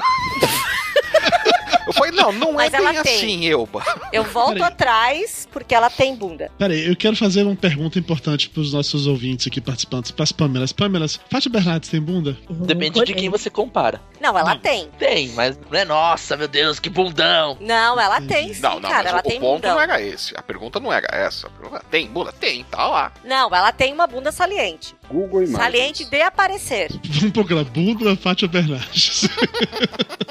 eu falei: não, não
Mas
é bem
ela tem.
assim, Elba.
Eu volto
Peraí.
atrás porque ela tem bunda.
Peraí, eu quero fazer uma pergunta importante pros nossos ouvintes aqui, participantes, pras Pâmelas. Pâmelas, Fátima Bernardes tem bunda?
Depende de quem você compara.
Não, ela tem.
Tem, mas não é nossa, meu Deus, que bundão.
Não, ela tem sim,
Não, não,
cara.
mas
Ela
o,
tem
o ponto
bundão.
não era esse. A pergunta não era essa. A pergunta, tem bunda? Tem, tá lá.
Não, ela tem uma bunda saliente.
Google
Saliente de aparecer.
Vamos procurar bunda Fátima Bernardes.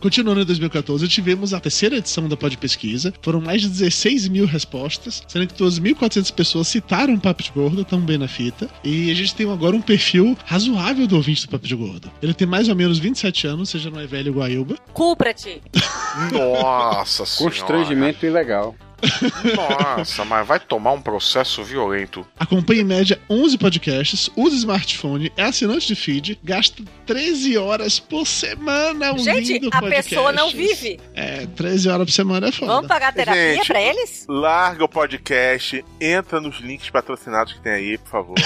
Continuando em 2014, tivemos a terceira edição da Pod Pesquisa. Foram mais de 16 mil respostas, sendo que 12.400 pessoas citaram Papo de Gordo, estão bem na fita. E a gente tem agora um perfil razoável do ouvinte do Papo de Gordo. Ele tem mais ou menos 27 anos, seja não é velho igual a Ilba.
Cubra-te.
Nossa senhora.
Constrangimento ilegal.
Nossa, mas vai tomar um processo violento.
Acompanha em média 11 podcasts, usa smartphone, é assinante de feed, gasta 13 horas por semana um ouvindo
Gente, a
podcasts.
pessoa não vive.
É, 13 horas por semana é foda.
Vamos pagar terapia
Gente,
pra eles?
Larga o podcast, entra nos links patrocinados que tem aí, por favor.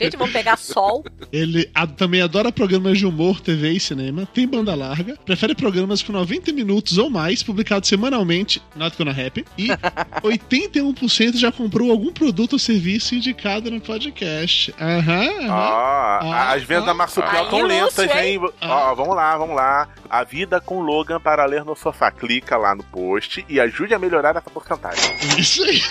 Gente, vamos pegar sol.
Ele a- também adora programas de humor, TV e cinema, tem banda larga, prefere programas com 90 minutos ou mais, publicados semanalmente, not gonna happen, Spotify e 81% já comprou algum produto ou serviço indicado no podcast. Aham.
Ah,
Ah,
as vendas
ah.
da Marsupial
Uhum. Aí
tão
eu
lentas,
sei. É.
hein? Ó, vamos lá, vamos lá. A vida com Logan para ler no sofá. Clica lá no post e ajude a melhorar essa porcentagem.
Isso aí.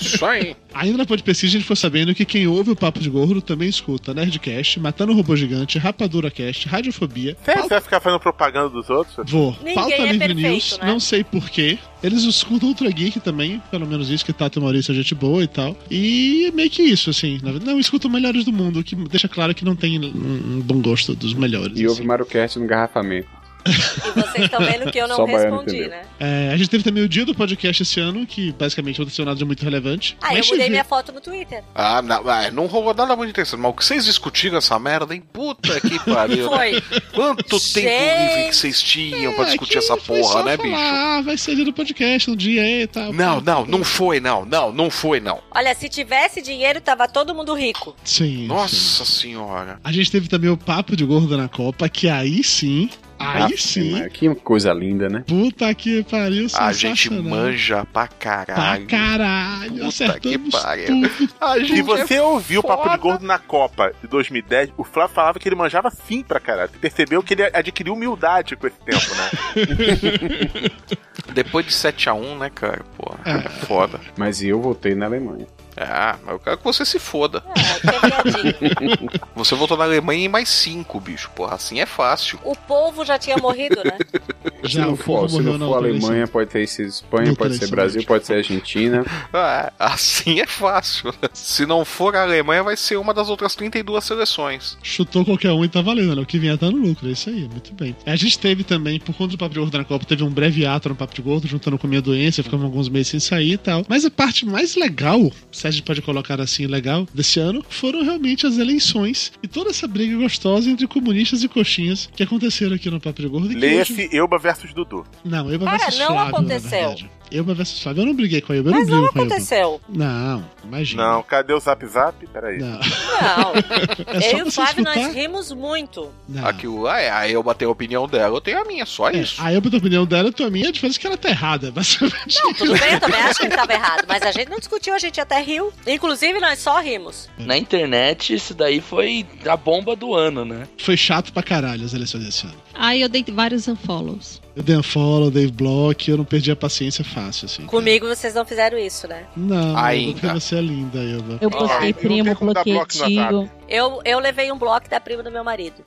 Isso aí.
Ainda na pesquisa a gente ficou sabendo que quem ouve o Papo de Gordo também escuta Nerdcast, Matando o Robô Gigante, Rapadura Cast, Radiofobia,
Você vai ficar fazendo propaganda dos outros?
Vou.
Ninguém
Pauta
é
Livre
perfeito,
News,
né?
não sei porquê. Eles escutam Ultra Geek também, pelo menos isso, que Tato e Maurício é gente boa e tal. E é meio que isso, assim. na verdade, Não, escutam melhores do mundo, o que deixa claro que não tem um um bom gosto dos melhores. assim.
E houve MarioCast no engarrafamento.
Vocês estão Tá vendo que eu não
Só baiano
respondi,
entendeu.
né?
É, a gente teve também o dia do podcast esse ano, que basicamente não aconteceu nada de muito relevante.
Ah, eu
Mas
mudei
teve-
minha foto no Twitter.
Ah, não, ah, não rolou nada muito interessante, mas o que vocês discutiram essa merda, hein? Puta que pariu. né?
Foi.
Quanto tempo
Gente.
livre que vocês tinham pra discutir essa
Foi só
porra, né,
falar,
bicho?
Ah, vai ser dia do podcast um dia aí e tal.
Não, não, não foi, não, não, não foi, não.
Olha, se tivesse dinheiro, tava todo mundo rico.
Sim.
Nossa senhora.
A gente teve também o Papo de Gordo na Copa, que aí sim. Aí
Ah,
sim.
mas Que coisa linda, né?
Puta que pariu,
A gente
sensacional.
manja pra caralho.
Pra caralho, acertamos tudo.
Se
é
você ouviu é o Papo de Gordo na Copa de 2010, o Flávio falava que ele manjava sim pra caralho. Você percebeu que ele adquiriu humildade com esse tempo, né?
Depois de 7x1, né, cara? Porra, é foda.
Mas eu votei na Alemanha.
Ah, mas eu quero que você se foda.
É,
você voltou na Alemanha em mais 5, bicho. Porra, assim é fácil.
O povo já tinha morrido, né?
se
Ah,
não for, se não for Alemanha, pode ter sido Espanha, pode ser
interessa,
Brasil, pode ser Argentina.
Ah, assim é fácil. Se não for a Alemanha, vai ser uma das outras 32 seleções.
Chutou qualquer um e tá valendo, né? O que vinha tá no lucro, é isso aí, muito bem. A gente teve também, por conta do Papo de Gordo na Copa, teve um breve ato no Papo de Gordo, juntando com a minha doença, ficamos alguns meses sem sair e tal. Mas a parte mais legal, se a gente pode colocar assim, legal, desse ano, foram realmente as eleições e toda essa briga gostosa entre comunistas e coxinhas que aconteceram aqui no Papo de Gordo. e que hoje-
Lê-se Euba versus Dudu.
Não, eu
Cara,
versus
não
Flávio, na
aconteceu.
verdade. Euba versus Flávio, eu não briguei com a Euba, eu
Mas
não
não
brigo com a Euba.
aconteceu.
Não, imagina.
Não, cadê o Zap Zap? Peraí.
Não.
É só
eu e o
você
Flávio,
escutar.
nós rimos muito.
Aquilo lá é. Aí eu bater a opinião dela, eu tenho a minha, só isso.
É A Euba, da opinião dela, a tua minha, a diferença é que ela tá errada, basicamente.
Não, tudo bem, eu também acho que ele tava errado. Mas a gente não discutiu, a gente até riu. Inclusive, nós só rimos.
Uhum. Na internet, isso daí foi a bomba do ano, né?
Foi chato pra caralho as eleições desse ano.
Ai, eu dei vários unfollows.
Eu dei unfollow, dei block, eu não perdi a paciência fácil, assim.
Comigo vocês não fizeram isso, né?
Não,
Ainda.
Ainda. porque você é linda, Euba.
Eu postei
Ai,
primo,
não tem como dar
bloqueei
bloco no WhatsApp.
Eu, eu levei um bloco da prima do meu marido.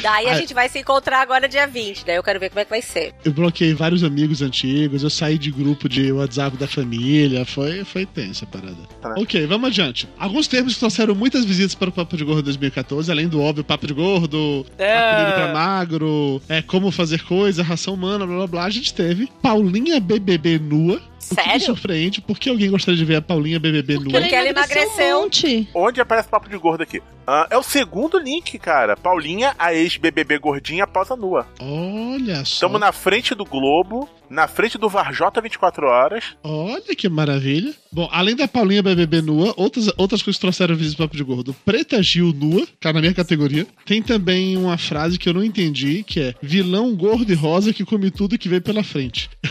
Daí a gente vai se encontrar agora dia 20, daí eu quero ver como é que vai ser.
Eu bloqueei vários amigos antigos, eu saí de grupo de WhatsApp da família, foi, foi tensa a parada. Ok, vamos adiante. Alguns termos que trouxeram muitas visitas para o Papo de Gordo 2014, além do óbvio Papo de Gordo,
É.
apelido pra magro, é, como fazer coisa, ração humana, blá blá blá, a gente teve Paulinha BBB nua. O que me
Sério?
surpreende, por que alguém gostaria de ver a Paulinha BBB nua?
Porque ela emagreceu. um
Onde aparece papo de gordo aqui? Ah, é o segundo link, cara. Paulinha, a ex-BBB gordinha, posa nua.
Olha só.
Estamos na frente do Globo, na frente do Varjota 24 horas.
Olha que maravilha. Bom, além da Paulinha BBB nua, outras, outras coisas que trouxeram visita do Papo de Gordo. Preta Gil nua, tá na minha categoria. Tem também uma frase que eu não entendi, que é vilão gordo e rosa que come tudo que vê pela frente.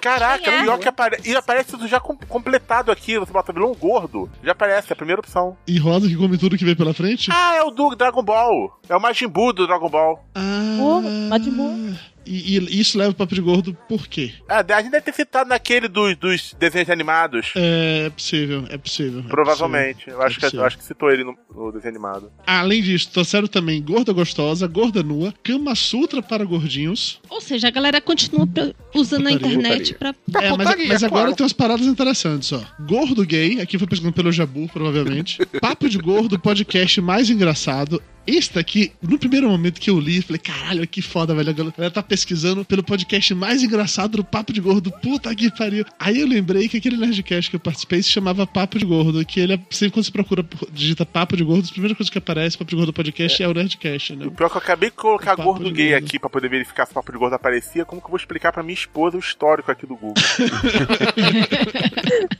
Caraca,
é?
o pior que aparece. E aparece tudo já com- completado aqui. Você bota vilão gordo. Já aparece, é a primeira opção.
E rosa que come tudo que vê pela frente?
Ah, é o do Dragon Ball. É o Majin Buu do Dragon Ball.
Ah, E, e isso leva o Papo de Gordo por quê?
Ah, a gente deve ter citado naquele dos, dos desenhos animados.
É possível, é possível. é
Provavelmente.
possível,
eu, acho
é
que, eu
possível.
acho que citou ele no, no desenho animado.
Além disso, trouxeram também gorda gostosa, gorda nua, cama sutra para gordinhos.
Ou seja, a galera continua pra- usando a
Putaria.
internet pra.
É, mas, mas agora tem umas paradas interessantes, ó. Gordo gay, aqui foi pesquisando pelo Jabu, provavelmente. Papo de gordo, podcast mais engraçado. Este aqui, no primeiro momento que eu li, eu falei, caralho, que foda, velho. A galera tá pesquisando pelo podcast mais engraçado do Papo de Gordo. Puta que pariu. Aí eu lembrei que aquele Nerdcast que eu participei se chamava Papo de Gordo, que ele é- sempre quando você procura, por- digita Papo de Gordo, a primeira coisa que aparece, Papo de Gordo Podcast, é, o Nerdcast, né?
Pior é que eu acabei de colocar gordo gay aqui pra poder verificar se o papo de gordo aparecia. Como que eu vou explicar pra minha esposa o histórico aqui do Google?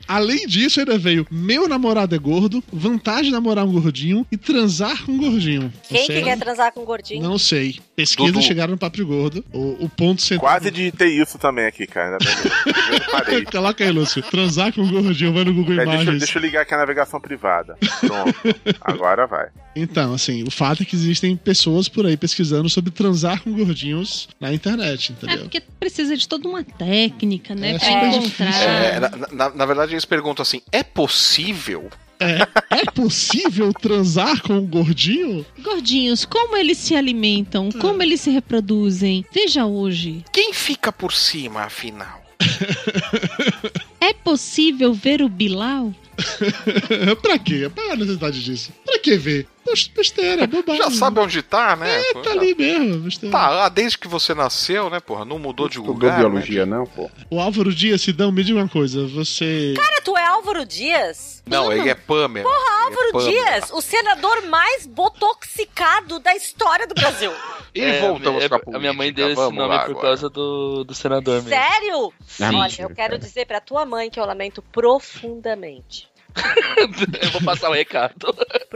Além disso, ainda veio Meu namorado é gordo, vantagem de namorar um gordinho e transar com um gordinho.
Quem
Você-
que quer transar com um gordinho?
Não sei. Pesquisa
Dudu.
chegaram no Papo de Gordo. O, o ponto central.
Quase digitei isso também aqui, cara. ainda bem. Eu parei.
Coloca aí, Lúcio. Transar com o gordinho, vai no Google
Pera, deixa, eu-
Imagens.
deixa eu ligar aqui a navegação privada. Pronto. Agora vai.
Então, assim, o fato é que existem pessoas por aí pesquisando sobre transar com gordinhos na internet,
É
entendeu?
porque precisa de toda uma técnica, né?
É né?
pra
super
encontrar.
É, na, na- na verdade, eles perguntam assim: é possível?
É, é possível transar com um gordinho?
Gordinhos, como eles se alimentam?
Hum.
Como eles se reproduzem? Veja hoje.
Quem fica por cima, afinal?
É possível ver o Bilal?
pra quê? Qual é a necessidade disso? Pra que ver? Poxa, besteira, bobagem.
Já sabe onde tá, né?
É, tá ali mesmo, besteira.
Tá lá desde que você nasceu, né, porra? Não mudou de
Estudou
lugar. né?
biologia, não, pô?
O Álvaro Dias, Sidão, me diga uma coisa. Você.
Cara, tu é Álvaro Dias?
Não, ele é Pamela.
Porra,
Ele é
Álvaro
Pamela.
Dias, o senador mais botoxicado da história do Brasil.
E
É,
voltamos
é,
pra
A minha mãe
política,
deu esse
vamos
nome
lá
por
agora.
causa do, do senador mesmo.
Sério?
Ah,
Olha,
mentira,
eu quero dizer pra tua mãe que eu lamento profundamente.
Eu vou passar o recado.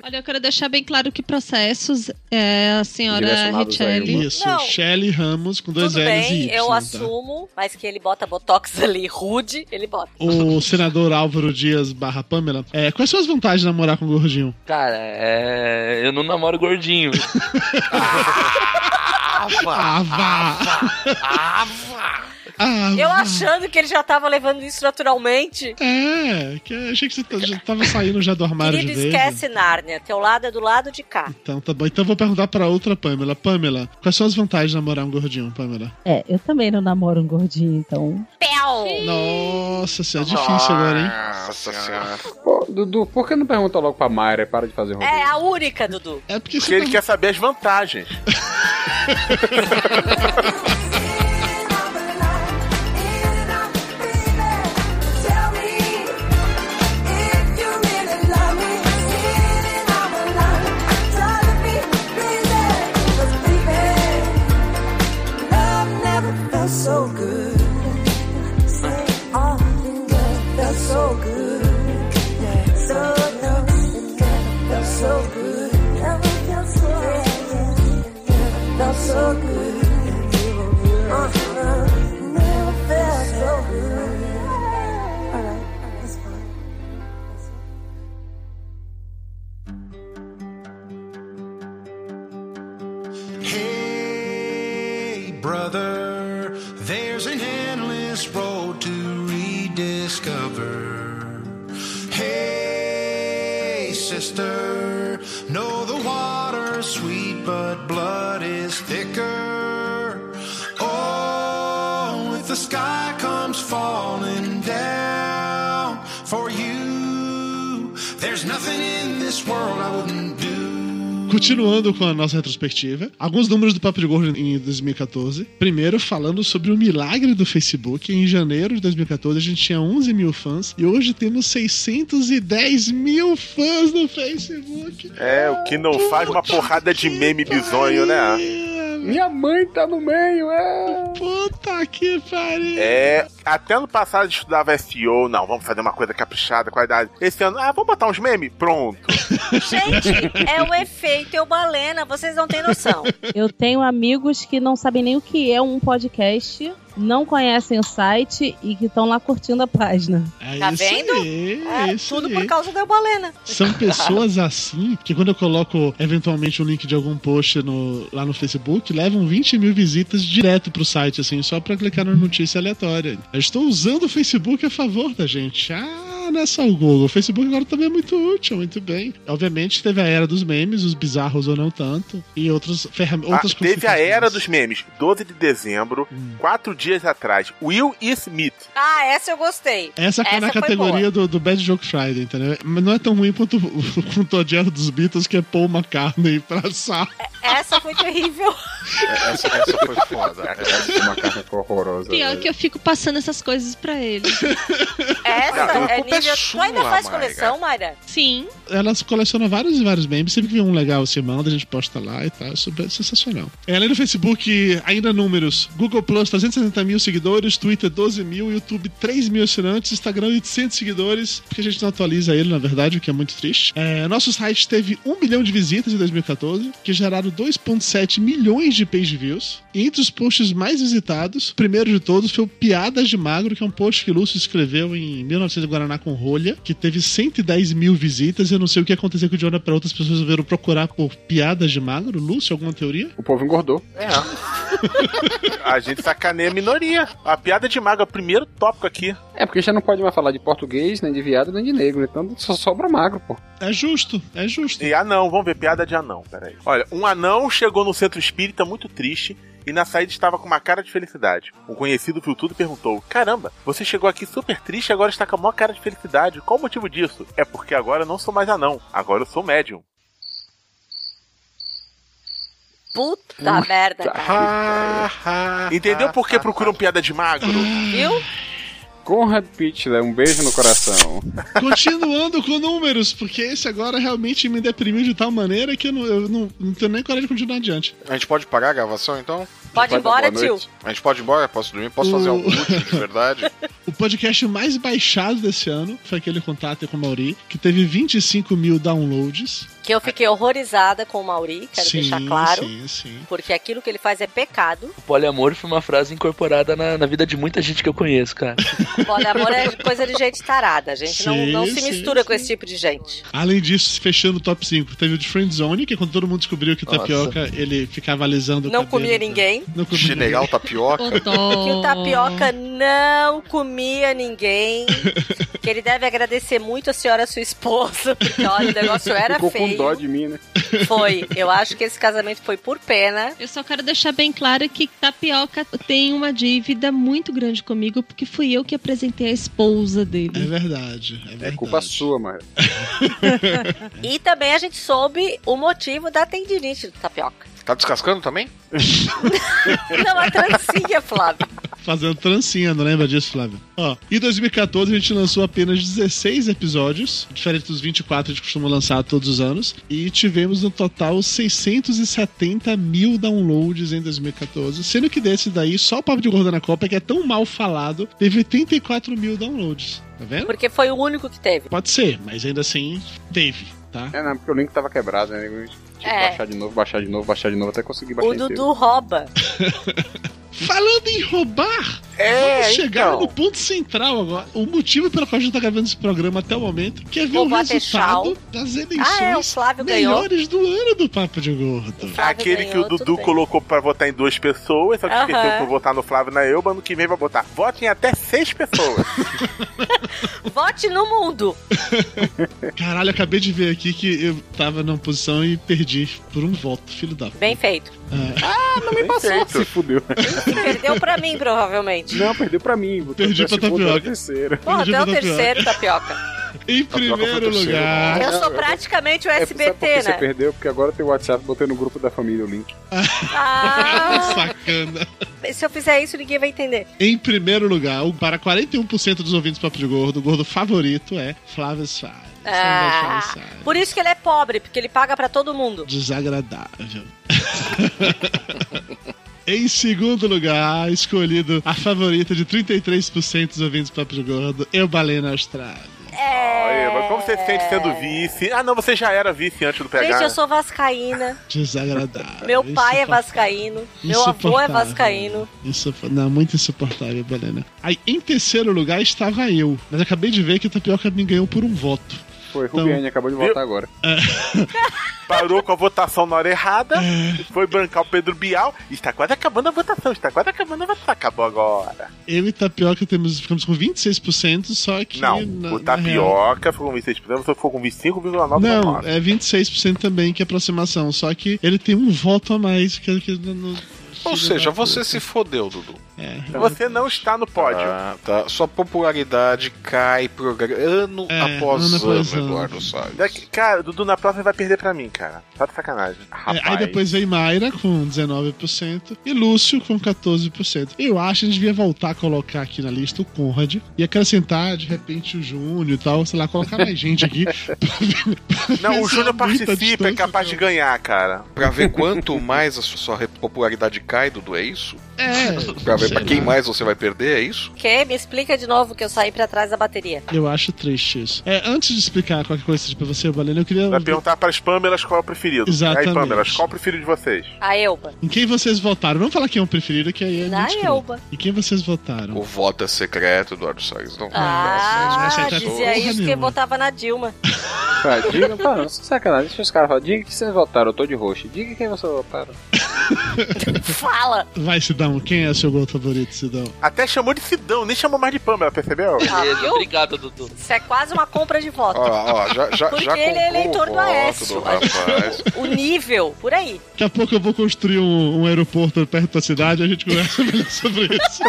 Olha, eu quero deixar bem claro que processos é a senhora
Direcionados a
Richelle.
Isso,
Não.
Shelly Ramos com dois
Tudo
L's
bem,
e Y.
eu
tá?
assumo, mas que ele bota botox ali rude, ele bota.
O senador Álvaro Dias barra Pamela. É, quais são as vantagens de namorar com um gordinho?
Cara, é... eu não namoro gordinho.
Ah, vá! Ah,
eu
vá.
achando que ele já tava levando isso naturalmente.
É, que eu achei que você tá- já tava saindo já do armário
Querido,
de vez. né?
esquece Nárnia. Teu lado é do lado de cá.
Então tá bom. Então eu vou perguntar pra outra Pamela. Pamela, quais são as vantagens de namorar um gordinho, Pamela?
É, eu também não namoro um gordinho, então.
Hum.
Nossa senhora, difícil agora, hein?
Nossa senhora.
Pô, Dudu, por que não pergunta logo pra Mayra e para de fazer rodeio?
É a única, Dudu.
É porque,
ele quer saber as vantagens.
So good, say all things that felt so good, yeah. So no, felt so good, never felt so good, yeah. felt so good, uh-huh. never felt so good. All right, that's fine.
Hey, brother, there's an endless road to rediscover. Hey, sister, know the water's sweet, but blood is thicker. Oh, if the sky comes falling down for you, there's nothing in this world I wouldn't do.
Continuando com a nossa retrospectiva, alguns números do Papo de Gordo em 2014. Primeiro, falando sobre o milagre do Facebook. Em janeiro de 2014, a gente tinha 11 mil fãs e hoje temos 610 mil fãs no Facebook.
É, o que não faz uma porrada de meme bizonho, né?
Minha mãe tá no meio, é.
Puta que pariu.
É, até ano passado eu estudava SEO, não, vamos fazer uma coisa caprichada, qualidade. Esse ano, ah, vamos botar uns memes? Pronto.
Gente, é o efeito Eubalena, vocês não têm noção.
Eu tenho amigos que não sabem nem o que é um podcast, não conhecem o site e que estão lá curtindo a página.
Tá
É isso
vendo?
aí, é
É,
isso
tudo
aí.
por causa da Eubalena.
São pessoas assim que quando eu coloco eventualmente um link de algum post no- lá no Facebook, levam 20 mil visitas direto pro site, assim, só pra clicar na notícia aleatória. Eu estou usando o Facebook a favor da gente. Ah, nessa o Google. O Facebook agora também é muito útil, muito bem. Obviamente teve a era dos memes, os bizarros ou não tanto, e outros ferram...
Ah,
outras
teve a era dos memes, 12 de dezembro, quatro dias atrás. Will e Smith.
Ah, essa eu gostei.
Essa cai na
foi
categoria
boa.
do, do Bad Joke Friday, entendeu? Mas não é tão ruim quanto, quanto a dieta dos Beatles, que é Paul McCartney pra saco.
Essa foi terrível.
Essa, essa foi foda. É, Essa macaca ficou horrorosa.
Pior que eu fico passando essas coisas pra ele.
Essa
Não, a
é
culpa é
nível. tu ainda
sua,
faz
Mayra.
coleção, Mayra?
Sim.
ela coleciona vários e vários memes. Sempre que vê um legal, você manda, a gente posta lá e tal. Isso é sensacional. Ela é no Facebook, ainda números. Google Plus, 360 mil seguidores, Twitter 12 mil, YouTube 3 mil assinantes, Instagram 800 seguidores, porque a gente não atualiza ele, na verdade, o que é muito triste. É, nosso site teve 1 milhão de visitas em 2014, que geraram 2,7 milhões de page views. E entre os posts mais visitados, o primeiro de todos foi o Piadas de Magro, que é um post que Lúcio escreveu em 1900 Guaraná com Rolha, que teve 110 mil visitas. Eu não sei o que aconteceu com o Jonah para outras pessoas viram procurar por Piadas de Magro. Lúcio, alguma teoria?
O povo engordou.
É. a gente sacaneia a minoria. A piada de mago é o primeiro tópico aqui.
É, porque já não pode mais falar de português, nem de viado, nem de negro. Então só sobra magro, pô.
É justo, é justo.
E anão, vamos ver piada de anão, peraí. Olha, um anão chegou no centro espírita muito triste e na saída estava com uma cara de felicidade. Um conhecido viu tudo e perguntou: Caramba, você chegou aqui super triste e agora está com a maior cara de felicidade. Qual o motivo disso? É porque agora eu não sou mais anão, agora eu sou médium.
Puta, merda,
Ah,
cara.
Entendeu por que procuram piada de magro?
Viu?
Conrad Pichler, um beijo no coração.
Continuando com números, porque esse agora realmente me deprimiu de tal maneira que eu não, eu não, não tenho nem coragem de continuar adiante.
A gente pode parar a gravação então?
Pode ir embora,
Boa noite.
tio.
A gente pode ir embora? Posso dormir? Posso fazer
O-
algum último de verdade?
O podcast mais baixado desse ano foi aquele contato com o Mauri, que teve 25 mil downloads.
Ah. Que eu fiquei horrorizada com o Mauri, quero
Sim,
deixar claro.
sim, sim.
Porque aquilo que ele faz é pecado.
O poliamor foi uma frase incorporada na, na vida de muita gente que eu conheço, cara.
O poliamor é coisa de gente tarada. A gente não,
Sim,
não se
sim,
mistura com esse tipo de gente.
Além disso, fechando o top 5, teve o de Friend Zone, que é quando todo mundo descobriu que o
Nossa.
tapioca ele ficava alisando o
Não
cabelo.
comia ninguém.
Não comia
General tapioca.
Que o tapioca não comia ninguém. que ele deve agradecer muito a senhora, sua esposa, porque olha, o negócio era
Ficou com dó
feio.
de mim, né?
Foi. Eu acho que esse casamento foi por pena.
Eu só quero deixar bem claro que Tapioca tem uma dívida muito grande comigo, porque fui eu que apresentei a esposa
É
dele.
verdade, é verdade. Tá
Culpa sua, mano.
E também a gente soube o motivo da tendinite do tapioca.
Tá descascando também?
Não, a trancinha, Flávio.
Fazendo trancinha, não lembra disso, Flávio? Ó, em 2014 a gente lançou apenas 16 episódios, diferente dos 24 que a gente costuma lançar todos os anos, e tivemos no total 670 mil downloads em 2014, sendo que desse daí, só o Papo de Gorda na Copa, que é tão mal falado, teve 84 mil downloads, tá vendo?
Porque foi o único que teve.
Pode ser, mas ainda assim, teve, tá?
É, não, porque o link tava quebrado, né? Eu Tinha que
É.
baixar de novo, baixar de novo, baixar de novo, até conseguir baixar
O
inteiro.
Dudu rouba.
Falando em roubar,
É,
vamos chegar
então.
no ponto central agora. O motivo pelo qual a gente tá gravando esse programa até o momento, que é ver o
Roubar Techal.
resultado das
Ah, é, o
eleições
Flávio ganhou.
melhores do ano do Papo de Gordo.
Aquele que o
ganhou, tudo
Dudu
bem.
colocou pra votar em duas pessoas, só que esqueceu
Aham.
pra votar no Flávio e na Elba, ano que vem vai botar. Vote em até seis pessoas.
Vote no mundo.
Caralho, acabei de ver aqui que eu tava numa posição e perdi por um voto, filho da.
Bem feito.
Ah,
não me passou. Se fudeu.
Perdeu pra mim, provavelmente.
Não, perdeu pra mim. botou
Perdi pra
segundo,
tapioca.
era terceiro.
Pô, até o terceiro tapioca.
Em
Tapioca foi
primeiro
o terceiro.
lugar.
Eu
não,
sou
eu-
praticamente o
É, sabe por que
SBT,
você
né?
perdeu? Porque agora tem o WhatsApp, botei no grupo da família o link.
Ah,
Sacana.
se eu fizer isso, ninguém vai entender.
Em primeiro lugar, o- para 41% dos ouvintes do Papo de Gordo, o gordo favorito é Flávio Soares.
Ah, por isso que ele é pobre, porque ele paga pra todo mundo.
Desagradável. Em segundo lugar, escolhido a favorita de 33% dos ouvintes do Papo de Gordo, eu Balena Austrália.
Olha, Elba, como você se sente sendo vice? Ah, não, você já era vice antes do PH.
É. Gente,
né?
eu sou vascaína.
Desagradável.
Meu pai é
insuportável.
vascaíno. Meu avô é
Insuportável.
vascaíno.
Insupor- Não, muito insuportável, Balena. Aí, em terceiro lugar, estava eu. Mas acabei de ver que o Tapioca me ganhou por um voto.
Foi,
Então-
Rubiane acabou de
Viu?
voltar agora.
Parou com a votação na hora errada, foi bancar o Pedro Bial. Está quase acabando a votação, está quase acabando a votação. Acabou agora.
Eu e Tapioca temos, ficamos com 26%, só que...
Não,
na-
o
na real-
Tapioca ficou com 26%, você ficou com 25,9%.
Não, é 26% também que é aproximação, só que ele tem um voto a mais que, que no- no-
Ou seja, você se fodeu, Dudu.
Você não está no pódio.
Ah, tá. Sua popularidade cai progra- ano após
ano
ano,
após ano.
Eduardo Salles.
Daqui- cara, Dudu, na próxima vai perder pra mim, cara. Tá de sacanagem.
É, aí depois vem Mayra com 19% e Lúcio com 14%. Eu acho que a gente devia voltar a colocar aqui na lista o Conrad e acrescentar de repente o Júnior e tal, sei lá, colocar mais gente aqui.
Não, o Júnior
muita
participa, é
distância,
capaz de ganhar, cara.
Pra ver quanto mais a sua sua popularidade cai, Dudu, é isso?
É.
Pra ver
sei
pra quem
lá.
mais você vai perder, é isso?
Que? Me explica de novo que eu saí pra trás da bateria.
Eu acho triste isso. É, antes de explicar qualquer coisa tipo, pra você, Balena, eu queria.
Vai um perguntar pras Pamelas qual é o preferido.
Exatamente.
Aí, Pamelas, qual é o preferido de vocês?
A Elba.
Em quem vocês votaram? Vamos falar quem é o preferido, que aí é.
Na
muito escroto.
Elba.
Em quem vocês votaram?
O voto é secreto, Eduardo Salles. Não
Ah,
Nossa, isso-
dizia
Porra
isso que
nenhuma.
votava na Dilma.
Ah, diga, para, sacanagem. Deixa os caras falar. Diga que vocês votaram, eu tô de roxo. Diga quem vocês votaram.
Fala!
Vai, Sidão, quem é seu gol favorito, Sidão?
Até Ah, chamou de Sidão, nem chamou mais de Pamela, percebeu?
tá
Beleza, viu?
obrigado, Dudu.
Isso é quase uma compra de voto. Porque ele é eleitor do Aécio.
rapaz.
O nível, por aí.
Daqui a pouco eu vou construir um, um aeroporto perto da cidade e a gente conversa melhor sobre isso.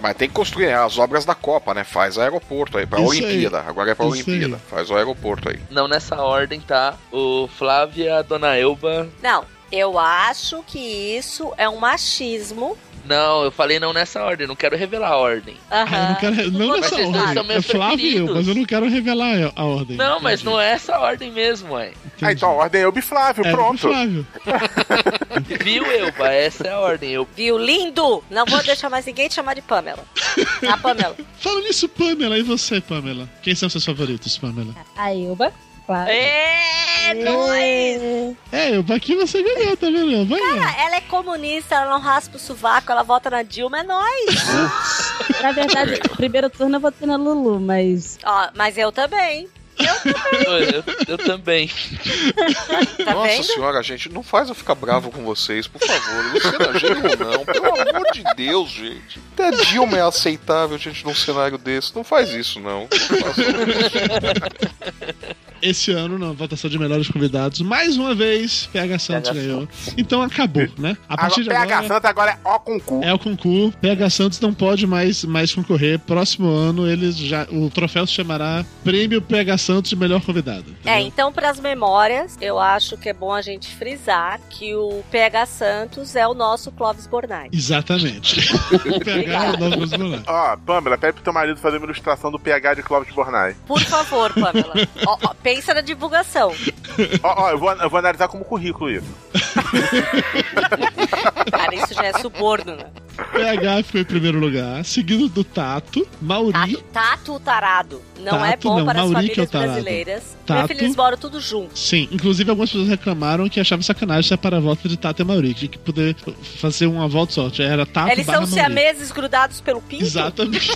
Mas tem que construir né? as obras da Copa, né? Faz aeroporto aí, pra
Isso
Olimpíada.
aí.
Agora é pra
Isso
Olimpíada. Faz o aeroporto aí.
Não nessa ordem, tá? O Flávia, a Dona Elba.
Não, eu acho que isso é um machismo.
Não, eu falei não nessa ordem, não quero revelar a ordem.
Eu não
Ah.
quero, não
Mas
nessa
vocês dois são
ordem.
meus
É Flávio e eu,
preferidos.
mas eu não quero revelar a, a ordem.
Não, mas não é essa ordem mesmo, ué.
Ah, então a ordem é o Biflávio,
É,
pronto.
Flávio.
Viu, Elba? Essa é a ordem, Elba.
Viu? Lindo! Não vou deixar mais ninguém te chamar de Pamela. A Pamela.
Fala nisso, Pamela. E você, Pamela? Quem são seus favoritos, Pamela?
A Elba, claro.
É, não é isso.
É, eu aqui você ganhou, tá vendo? Vai lá.
Ah, ela é comunista, ela não raspa o sovaco, ela vota na Dilma, é nóis.
Na verdade, no primeiro turno eu votei na Lulu, mas.
Ó, mas eu também.
Eu, eu também.
Tá
Nossa
vendo?
senhora, gente, não faz eu ficar bravo com vocês, por favor. Luciana Genro tá um não, pelo amor de Deus, gente. Até a Dilma é aceitável, gente, num cenário desse. Não faz isso, não.
Esse ano, na votação de melhores convidados, mais uma vez, PH Santos ganhou. Então acabou, né? A partir de
agora, PH
agora.
Santa agora é ó com cu.
É o concurso. PH Santos não pode mais, mais concorrer. Próximo ano, eles já, o troféu se chamará Prêmio PH Santos de Melhor Convidado.
É, então pras memórias, eu acho que é bom a gente frisar que o PH Santos é o nosso Clóvis Bornai.
Exatamente. o PH é o novo Clóvis Bornai.
Ó, Pamela, pede pro teu marido fazer uma ilustração do PH de Clóvis Bornai.
Por favor, Pamela. Ó, ó, pensa na divulgação.
ó, ó, eu vou, eu vou analisar como currículo isso.
Cara, isso já é suborno, né?
PH ficou em primeiro lugar, seguido do Tato, Mauri.
Tá, Tato o tarado. Não é
Tato
bom
não,
para as
Mauri que é o
famílias
tarado.
brasileiras.
Tato.
Meu filho, eles moram tudo junto.
Sim, inclusive algumas pessoas reclamaram que achavam sacanagem separar a volta de Tato e Mauri, que tinha que poder fazer uma volta só. Era Tato
Eles são
barra Mauri.
siameses grudados pelo pinto?
é. Exatamente.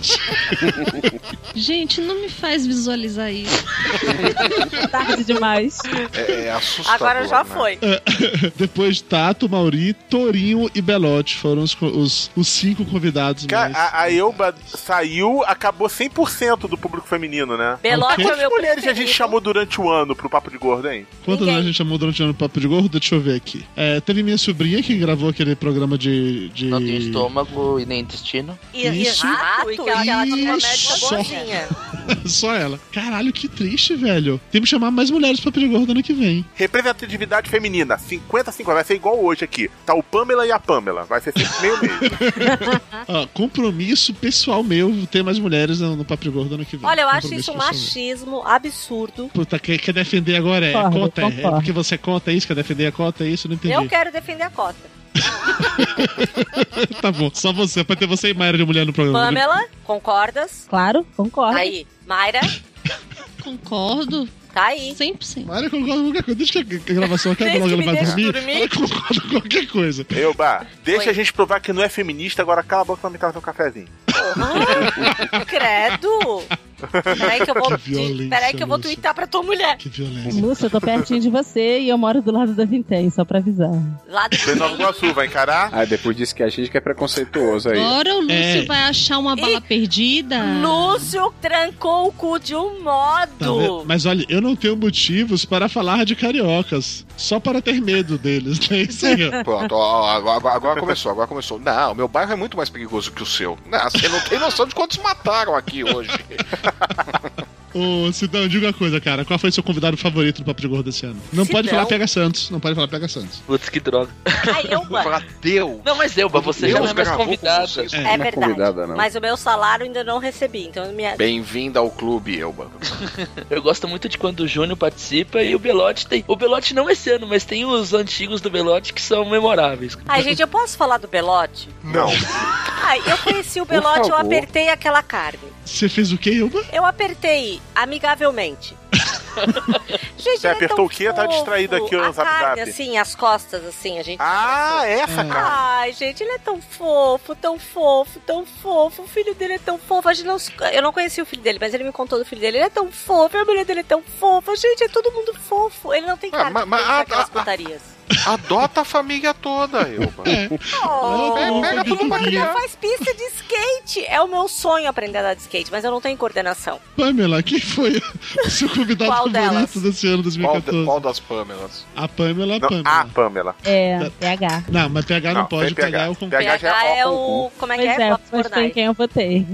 Gente, não me faz visualizar isso.
Tá
Tarde demais.
É, é assustador.
Agora já
né?
foi.
É, Depois Tato, Mauri, Torinho e Belote foram os, co- os, os cinco convidados
Cara,
mais.
a, a Elba saiu, acabou 100% do público feminino, né?
Belote é o
Quantas
meu
mulheres a
preferido.
gente chamou durante o ano pro Papo de Gordo, hein?
Quantas anos a gente chamou durante o ano do Papo de Gordo? Deixa eu ver aqui. É, teve minha sobrinha que gravou aquele programa de. de...
Não tem estômago e nem intestino.
E, e
Isso.
rato, e que ela, que ela tinha uma médica
Isso.
boazinha.
Só ela. Caralho, que triste, velho. Tem que chamar mais mulheres pro Papo de Gordo ano que vem.
Representatividade feminina, 50-50, vai ser igual hoje aqui. Tá o Pamela e a Pamela, vai ser sempre meio meio.
Ah.
Ó, compromisso pessoal meu ter mais mulheres no, no Papo de Gordo ano que vem.
Olha, eu acho isso
Compromisso
um
pessoal meu.
machismo absurdo.
Puta, quer, quer defender agora? É, a
Concordo,
cota? É, é
concordo.
porque você cota isso? Quer defender a cota? É isso? Não entendi.
Eu quero defender a cota.
tá bom, só você. Pra ter você e Mayra de mulher no programa. né?
Pamela, concordas?
Claro, concordo.
Aí, Mayra,
Concordo.
Tá aí.
100%.
Mayra concorda com qualquer coisa. Deixa que a gravação acaba
Desde
logo,
que
ela
me
vai
deixe
dormir.
dormir.
Ela concorda com qualquer coisa.
Elba, deixa a gente provar um que não é feminista, agora cala a boca e toma teu cafezinho.
credo! Peraí que eu vou,
Que violência,
peraí que eu vou
Lúcia.
twittar pra tua mulher.
Que violência.
Lúcia, eu tô pertinho de você e eu moro do lado da Vintém, só pra avisar.
Lá do
Nova Iguaçu, vai encarar?
Ah, depois disse que a gente que é preconceituoso aí.
Agora o Lúcio
É.
vai achar uma bala perdida.
Lúcio trancou o cu de um
Tá vendo?
modo.
Mas olha, eu não tenho motivos para falar de cariocas. Só para ter medo deles, né? Isso aí. ó.
Pronto, ó, ó, agora, agora começou, agora começou. Não, meu bairro é muito mais perigoso que o seu. Não, você não tem noção de quantos mataram aqui hoje.
Ô, Sidão, diga uma coisa, cara. Qual foi seu convidado favorito do Papo de Gordo desse ano? Não pode
Sidão.
falar Pega Santos. Não pode falar Pega Santos.
Putz, que droga.
Aí eu, mano.
Deu!
Não, mas Elba, você já
Deus
não é mais
gravou com
convidada.
vocês.
É verdade. Mas o meu salário ainda não recebi, então minha.
Bem-vinda ao clube, Elba.
Eu gosto muito de quando o Júnior participa e o Belote tem. O Belote não esse ano, mas tem os antigos do Belote que são memoráveis.
Ai, gente, eu posso falar do Belote?
Não.
Ai, eu conheci o
Por
Belote, eu
favor.
apertei aquela carne.
Você fez o quê, Elba?
Eu apertei amigavelmente. gente,
Você
ele é
apertou
tão
o quê? Tá
fofo.
distraído aqui,
a
o Zap
carne,
Zap.
assim, as costas, assim, a gente.
Ah, essa
cara.
carne.
Ai, gente, ele é tão fofo, tão fofo, tão fofo. O filho dele é tão fofo. A gente não, se- eu não conheci o filho dele, mas ele me contou do filho dele. Ele é tão fofo, a mulher dele é tão fofa. Gente, é todo mundo fofo. Ele não tem cara
mas-
de
mas-
pensar
ah,
aquelas
ah,
putarias.
Adota a família toda, Elba.
Oh,
pega tudo pra
ele
criar.
faz pista de skate. É o meu sonho aprender a dar de skate, mas eu não tenho coordenação.
Pamela, quem foi o seu convidado
Qual
favorito
delas?
desse ano 2014? Qual,
das Pamelas?
A Pamela, a
Não,
Pamela.
a Pamela.
É, PH.
Não, mas PH não,
Não, tem
pode. PH,
PH.
é o concurso.
PH já é
é o. Como é que
Pois
é?
é,
Bob
mas foi
Fornais.
em quem eu votei.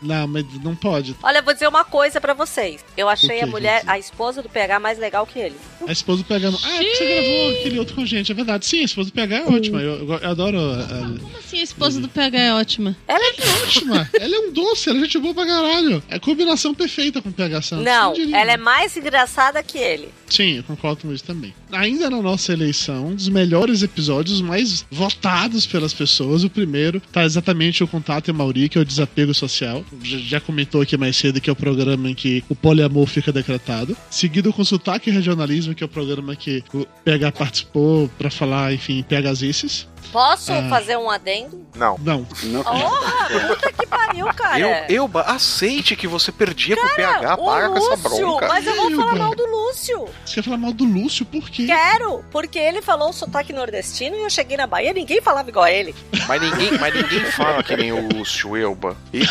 Não, mas não pode.
Olha, eu vou dizer uma coisa pra vocês. Eu achei
O quê,
a mulher, a esposa do PH mais legal que ele.
A esposa do PH não. Ah, é porque você gravou aquele outro com a gente, é verdade. Sim, a esposa do PH é ótima. Eu, eu- eu adoro. a-
Como assim a
Uhum.
esposa do PH é ótima?
Ela
é ótima. Ela é um doce, ela é gente boa pra caralho. É a combinação perfeita com o PH Santos.
Não,
Quem diria?
ela é mais engraçada que ele.
Sim, eu concordo com isso também. Ainda na nossa eleição, um dos melhores episódios, os mais votados pelas pessoas, o primeiro tá exatamente o Contato e Mauri, que é o Desapego Social. Já, já comentou aqui mais cedo que é o programa em que o poliamor fica decretado. Seguido com Sotaque e Regionalismo, que é o programa que o PH participou pra falar, enfim, PHzices.
Posso
Hum.
Ah.
fazer um adendo?
Não.
Não.
Porra, puta que pariu, cara.
Eu, Elba, aceite que você perdia pro PH,
o
para com essa
Lúcio,
bronca.
mas eu vou falar
cara.
mal do Lúcio.
Você quer falar mal do Lúcio, por quê?
Quero, porque ele falou o sotaque nordestino e eu cheguei na Bahia ninguém falava igual a ele.
Mas ninguém, mas ninguém fala que nem o Lúcio, Elba. E, e-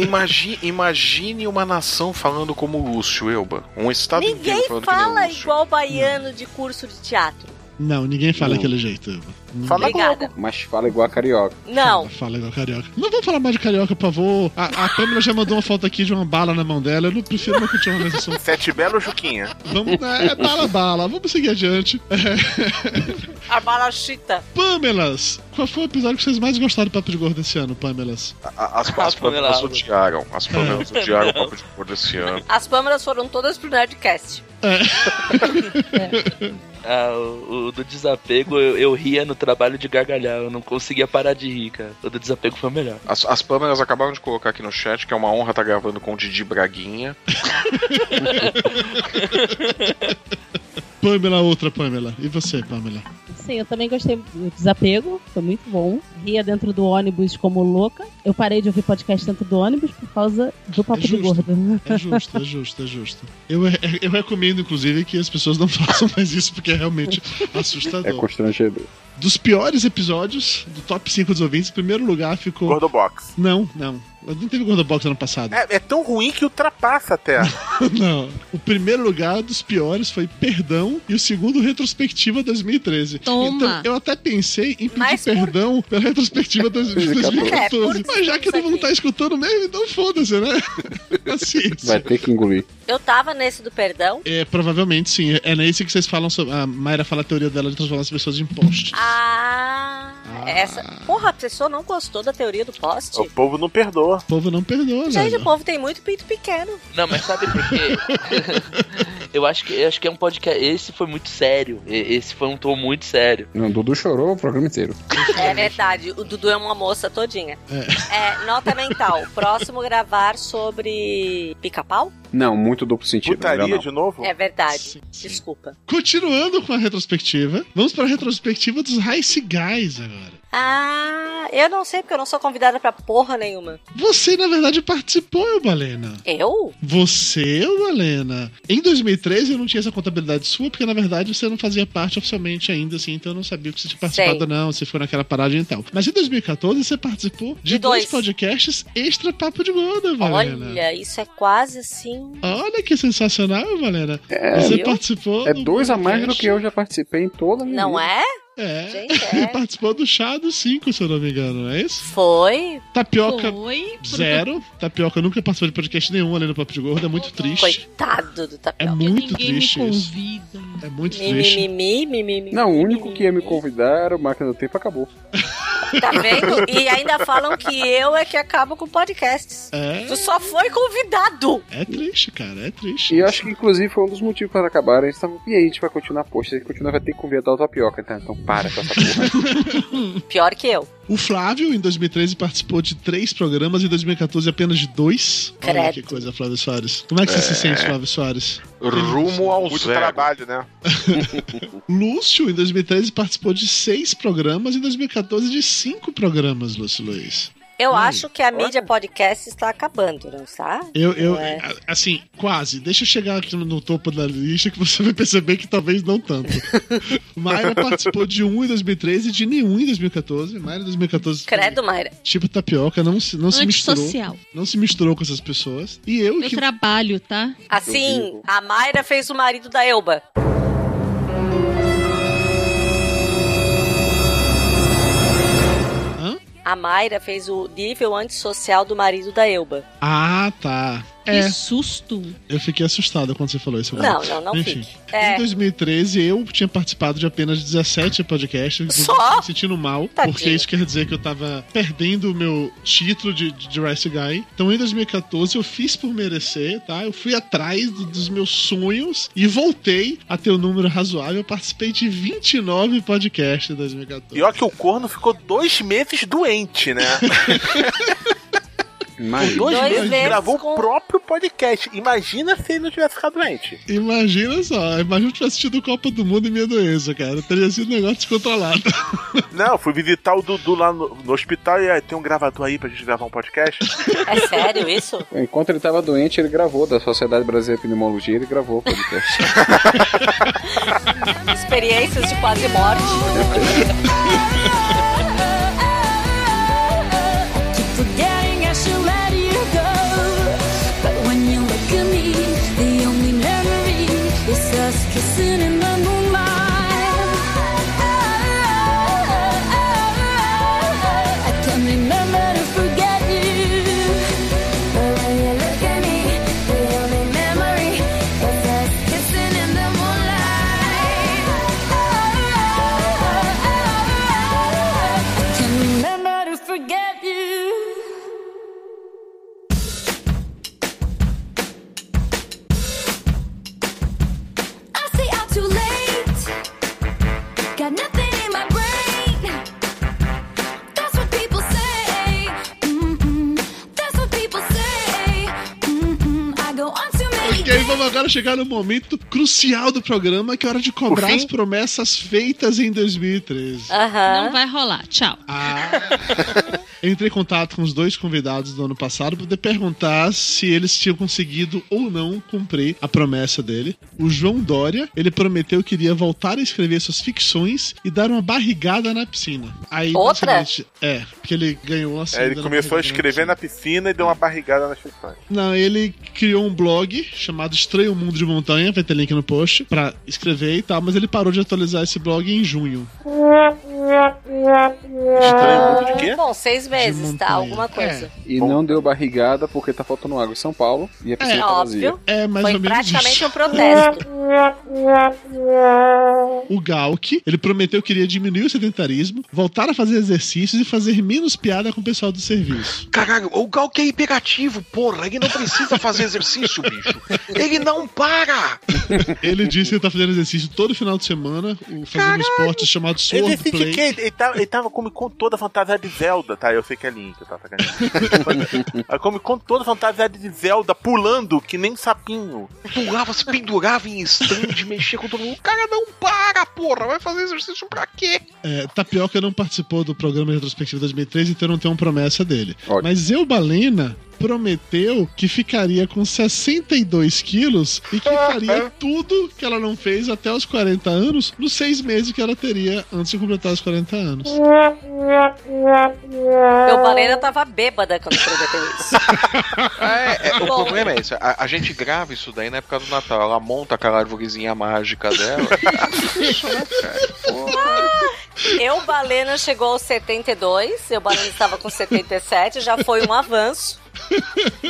e- imagi- imagine uma nação falando como o Lúcio, Elba. Um estado
ninguém
inteiro falando que nem o
fala
Lúcio.
igual baiano de curso de teatro.
Não, ninguém fala daquele jeito.
Obrigada.
Mas fala igual a carioca.
Não.
Fala igual carioca. Não vamos falar mais de carioca, por favor. A, a Pamela já mandou uma foto aqui de uma bala na mão dela. Eu não prefiro não continuar nesse assunto.
Sete Belo Juquinha.
Vamos, é, é bala, bala. Vamos seguir adiante. É.
A balachita.
Pamelas, qual foi o episódio que vocês mais gostaram do Papo de Gordo esse ano, Pamelas?
A- As, as Pamelas odiaram. As Pamelas odiaram o papo de cor desse ano.
As pâmeras foram todas pro Nerdcast.
Ah, o, o do desapego eu, eu ria no trabalho de gargalhar, eu não conseguia parar de rir, cara. O do desapego foi o melhor.
As, as Pamelas acabaram de colocar aqui no chat que é uma honra estar gravando com o Didi Braguinha.
Pamela, outra Pamela. E você, Pamela?
Sim, eu também gostei do desapego, foi muito bom. Ria dentro do ônibus como louca. Eu parei de ouvir podcast dentro do ônibus por causa do papo de gordo.
É justo, é justo, é justo. Eu, é- eu recomendo, inclusive, que as pessoas não façam mais isso, porque é realmente
É
assustador.
constrangedor.
Dos piores episódios, do top 5 dos ouvintes, em primeiro lugar ficou.
Gordobox.
Não, não. Não teve Gordobox ano passado.
É, é tão ruim que ultrapassa até.
Não. O primeiro lugar dos piores foi Perdão e o segundo Retrospectiva 2013.
Toma.
Então, eu até pensei em pedir perdão pela Retrospectiva 2014.
É, por que
mas já que não vão estar escutando mesmo, então foda-se, né? Paciência.
Vai ter que engolir.
Eu tava nesse do perdão.
É, provavelmente sim. É nesse que vocês falam sobre. A Mayra fala a teoria dela de transformar as pessoas em poste.
Ah, essa. Porra, a pessoa não gostou da teoria do poste?
O povo não perdoa. O
povo não perdoa,
Gente, o povo tem muito pinto pequeno.
Não, mas sabe por quê? eu, acho que, eu acho que é um podcast. Esse foi muito sério. E- Esse foi um tom muito sério.
Não, Dudu chorou o programa inteiro.
É verdade, o Dudu é uma moça É, todinha. É, nota mental. Próximo gravar sobre pica-pau?
Não, muito duplo sentido. melhor não.
novo?
É verdade. Desculpa.
Continuando com a retrospectiva, vamos para a retrospectiva dos Rice Guys agora.
Ah, eu não sei porque eu não sou convidada pra porra nenhuma.
Você, na verdade, participou, eu, Balena.
Eu?
Você, eu, Balena. Em 2013 eu não tinha essa contabilidade sua, porque na verdade você não fazia parte oficialmente ainda, assim, então eu não sabia que você tinha participado,
Sei.
não, se foi naquela paragem e tal. Mas em 2014 você participou de,
De
dois.
dois.
podcasts extra é Papo de Gordo, Valena.
Olha, isso é quase assim.
Olha que sensacional, Valena.
É,
você
Viu?
participou.
É
do
dois a mais do
podcast.
que eu já participei em toda a minha
Não
vida.
é?
É.
Gente,
Ele
é.
participou do chá dos 5, se eu não me engano, não é isso?
Foi.
Tapioca.
Foi.
Zero. Tapioca nunca participou de podcast nenhum ali no Papo de Gordo. É muito triste.
Coitado do
É
tapioca.
muito triste isso. É muito triste.
Mimimi, mimimi.
Não, o único que ia me convidar era o Máquina do Tempo, acabou.
Tá vendo? E ainda falam que eu é que acabo com podcasts.
É.
Tu só foi convidado.
É triste, cara, é triste.
E eu acho que, inclusive, foi um dos motivos para acabar. Eles estavam, e aí, a gente vai continuar, poxa, a gente continua, vai ter que convidar o Tapioca, tá? Então para com essa porra.
Pior que eu.
O Flávio, em 2013, participou de três programas, em 2014 apenas de dois. Olha
Credo.
que coisa, Flávio Soares. Como é que você se
É.
sente, Flávio Soares?
Rumo ao
Muito
zero.
trabalho, né?
Lúcio, em 2013, participou de seis programas, em 2014 de cinco programas, Lúcio Luiz.
Eu acho que a mídia podcast está acabando, não está?
Eu, eu,
Não é?
a- assim, quase. Deixa eu chegar aqui no- no topo da lista que você vai perceber que talvez não tanto. Mayra participou de um em 2013 e de nenhum em 2014. Mayra em 2014.
Credo, É Mayra.
Tipo tapioca, não se, não se misturou.
Antissocial.
Não se misturou com essas pessoas. E eu,
Eu
que.
trabalho, tá?
Assim, a Mayra fez o marido da Elba. A Mayra fez o nível antissocial do marido da Elba.
Ah, tá. É.
Que susto.
Eu fiquei assustada quando você falou isso.
Não,
agora.
não, não
Enfim.
fique. É.
Em 2013, eu tinha participado de apenas 17 podcasts.
Só?
Me sentindo mal, porque isso quer dizer que eu tava perdendo o meu título de, de, de Rice Guy. Então, em 2014, eu fiz por merecer, tá? Eu fui atrás do- dos meus sonhos e voltei a ter um número razoável. Eu participei de 29 podcasts em 2014.
Pior que o corno ficou dois meses doente, né?
Mas...
Dois,
Dois
meses
meses
gravou o próprio podcast. Imagina se ele não tivesse ficado doente.
Imagina só, imagina eu tivesse tido Copa do Mundo e minha doença, cara. Teria sido um negócio descontrolado.
Não, eu fui visitar o Dudu lá no, no hospital e aí, tem um gravador aí pra gente gravar um podcast.
É sério isso?
Enquanto ele tava doente, ele gravou da Sociedade Brasileira de Pneumologia, ele gravou o podcast.
Experiências de quase morte.
Keep forgetting I should let you go. But when you look at me, the only memory is us kissing in the moonlight. I can't remember to forget you. But when you look at me, the only memory is us kissing in the moonlight. I can't remember to forget you. I stay out too late. Got nothing in my brain. That's what people say. Mm-mm. That's what people say. Mm-mm. I go on too many
Ok, vamos agora chegar no momento crucial do programa, que é a hora de cobrar as promessas feitas em 2013.
Não vai rolar. Tchau.
Eu entrei em contato com os dois convidados do ano passado para poder perguntar se eles tinham conseguido ou não cumprir a promessa dele. O João Dória, ele prometeu que iria voltar a escrever suas ficções e dar uma barrigada na piscina. Aí,
Outra?
basicamente, É, porque ele ganhou uma
Aí
segunda
ele começou a
barrigada na
escrever na piscina e deu uma barrigada nas ficções.
Não, ele criou um blog chamado Estranho Mundo de Montanha, vai ter link no post, pra escrever e tal, mas ele parou de atualizar esse blog em junho.
Bom, seis meses, tá? Alguma coisa.
E não deu barrigada porque tá faltando água em São Paulo
É,
e a piscina tá vazia.
É, mais
Foi
ou menos
praticamente
isso.
um protesto.
O Galk, ele prometeu que iria diminuir o sedentarismo, voltar a fazer exercícios e fazer menos piada com o pessoal do serviço.
Caralho, o Gal que é hiperativo, porra. Ele não precisa fazer exercício, bicho. Ele não para.
Ele disse que ele tá fazendo exercício todo final de semana, o- fazendo um esporte chamado Sword
Exercício de
Play.
quê? Ele, ele tava, ele tava como Comic Con toda fantasiada de Zelda, tá? Eu sei que é Link, tá? Sacanagem. a Comic Con toda fantasiada de Zelda, pulando que nem um sapinho.
Pulava, se pendurava em stand, mexia com todo mundo. O cara não para, porra. Vai fazer exercício pra quê?
É, Tapioca não participou do programa Retrospectiva 2013, então não tem uma promessa dele. Mas eu, Balena, prometeu que ficaria com 62 quilos e que faria tudo que ela não fez até os 40 anos nos seis meses que ela teria antes de completar os 40 anos.
Meu balena tava bêbada quando prometeu isso.
É, é, o
Bom.
problema é isso. A, a gente grava isso daí na época do Natal. Ela monta aquela árvorezinha mágica dela.
Ah, Eu, Balena, chegou aos 72, eu, Balena, estava com 77, já foi um avanço.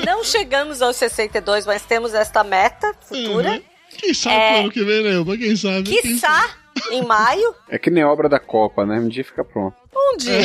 Não chegamos aos 62, mas temos esta meta futura.
Uhum. Quem sabe
É.
pro ano que vem, né? Elba? Quem sabe? Quem sabe?
Quiçá, em maio,
É que nem obra da Copa, né? Um dia fica pronto.
um dia,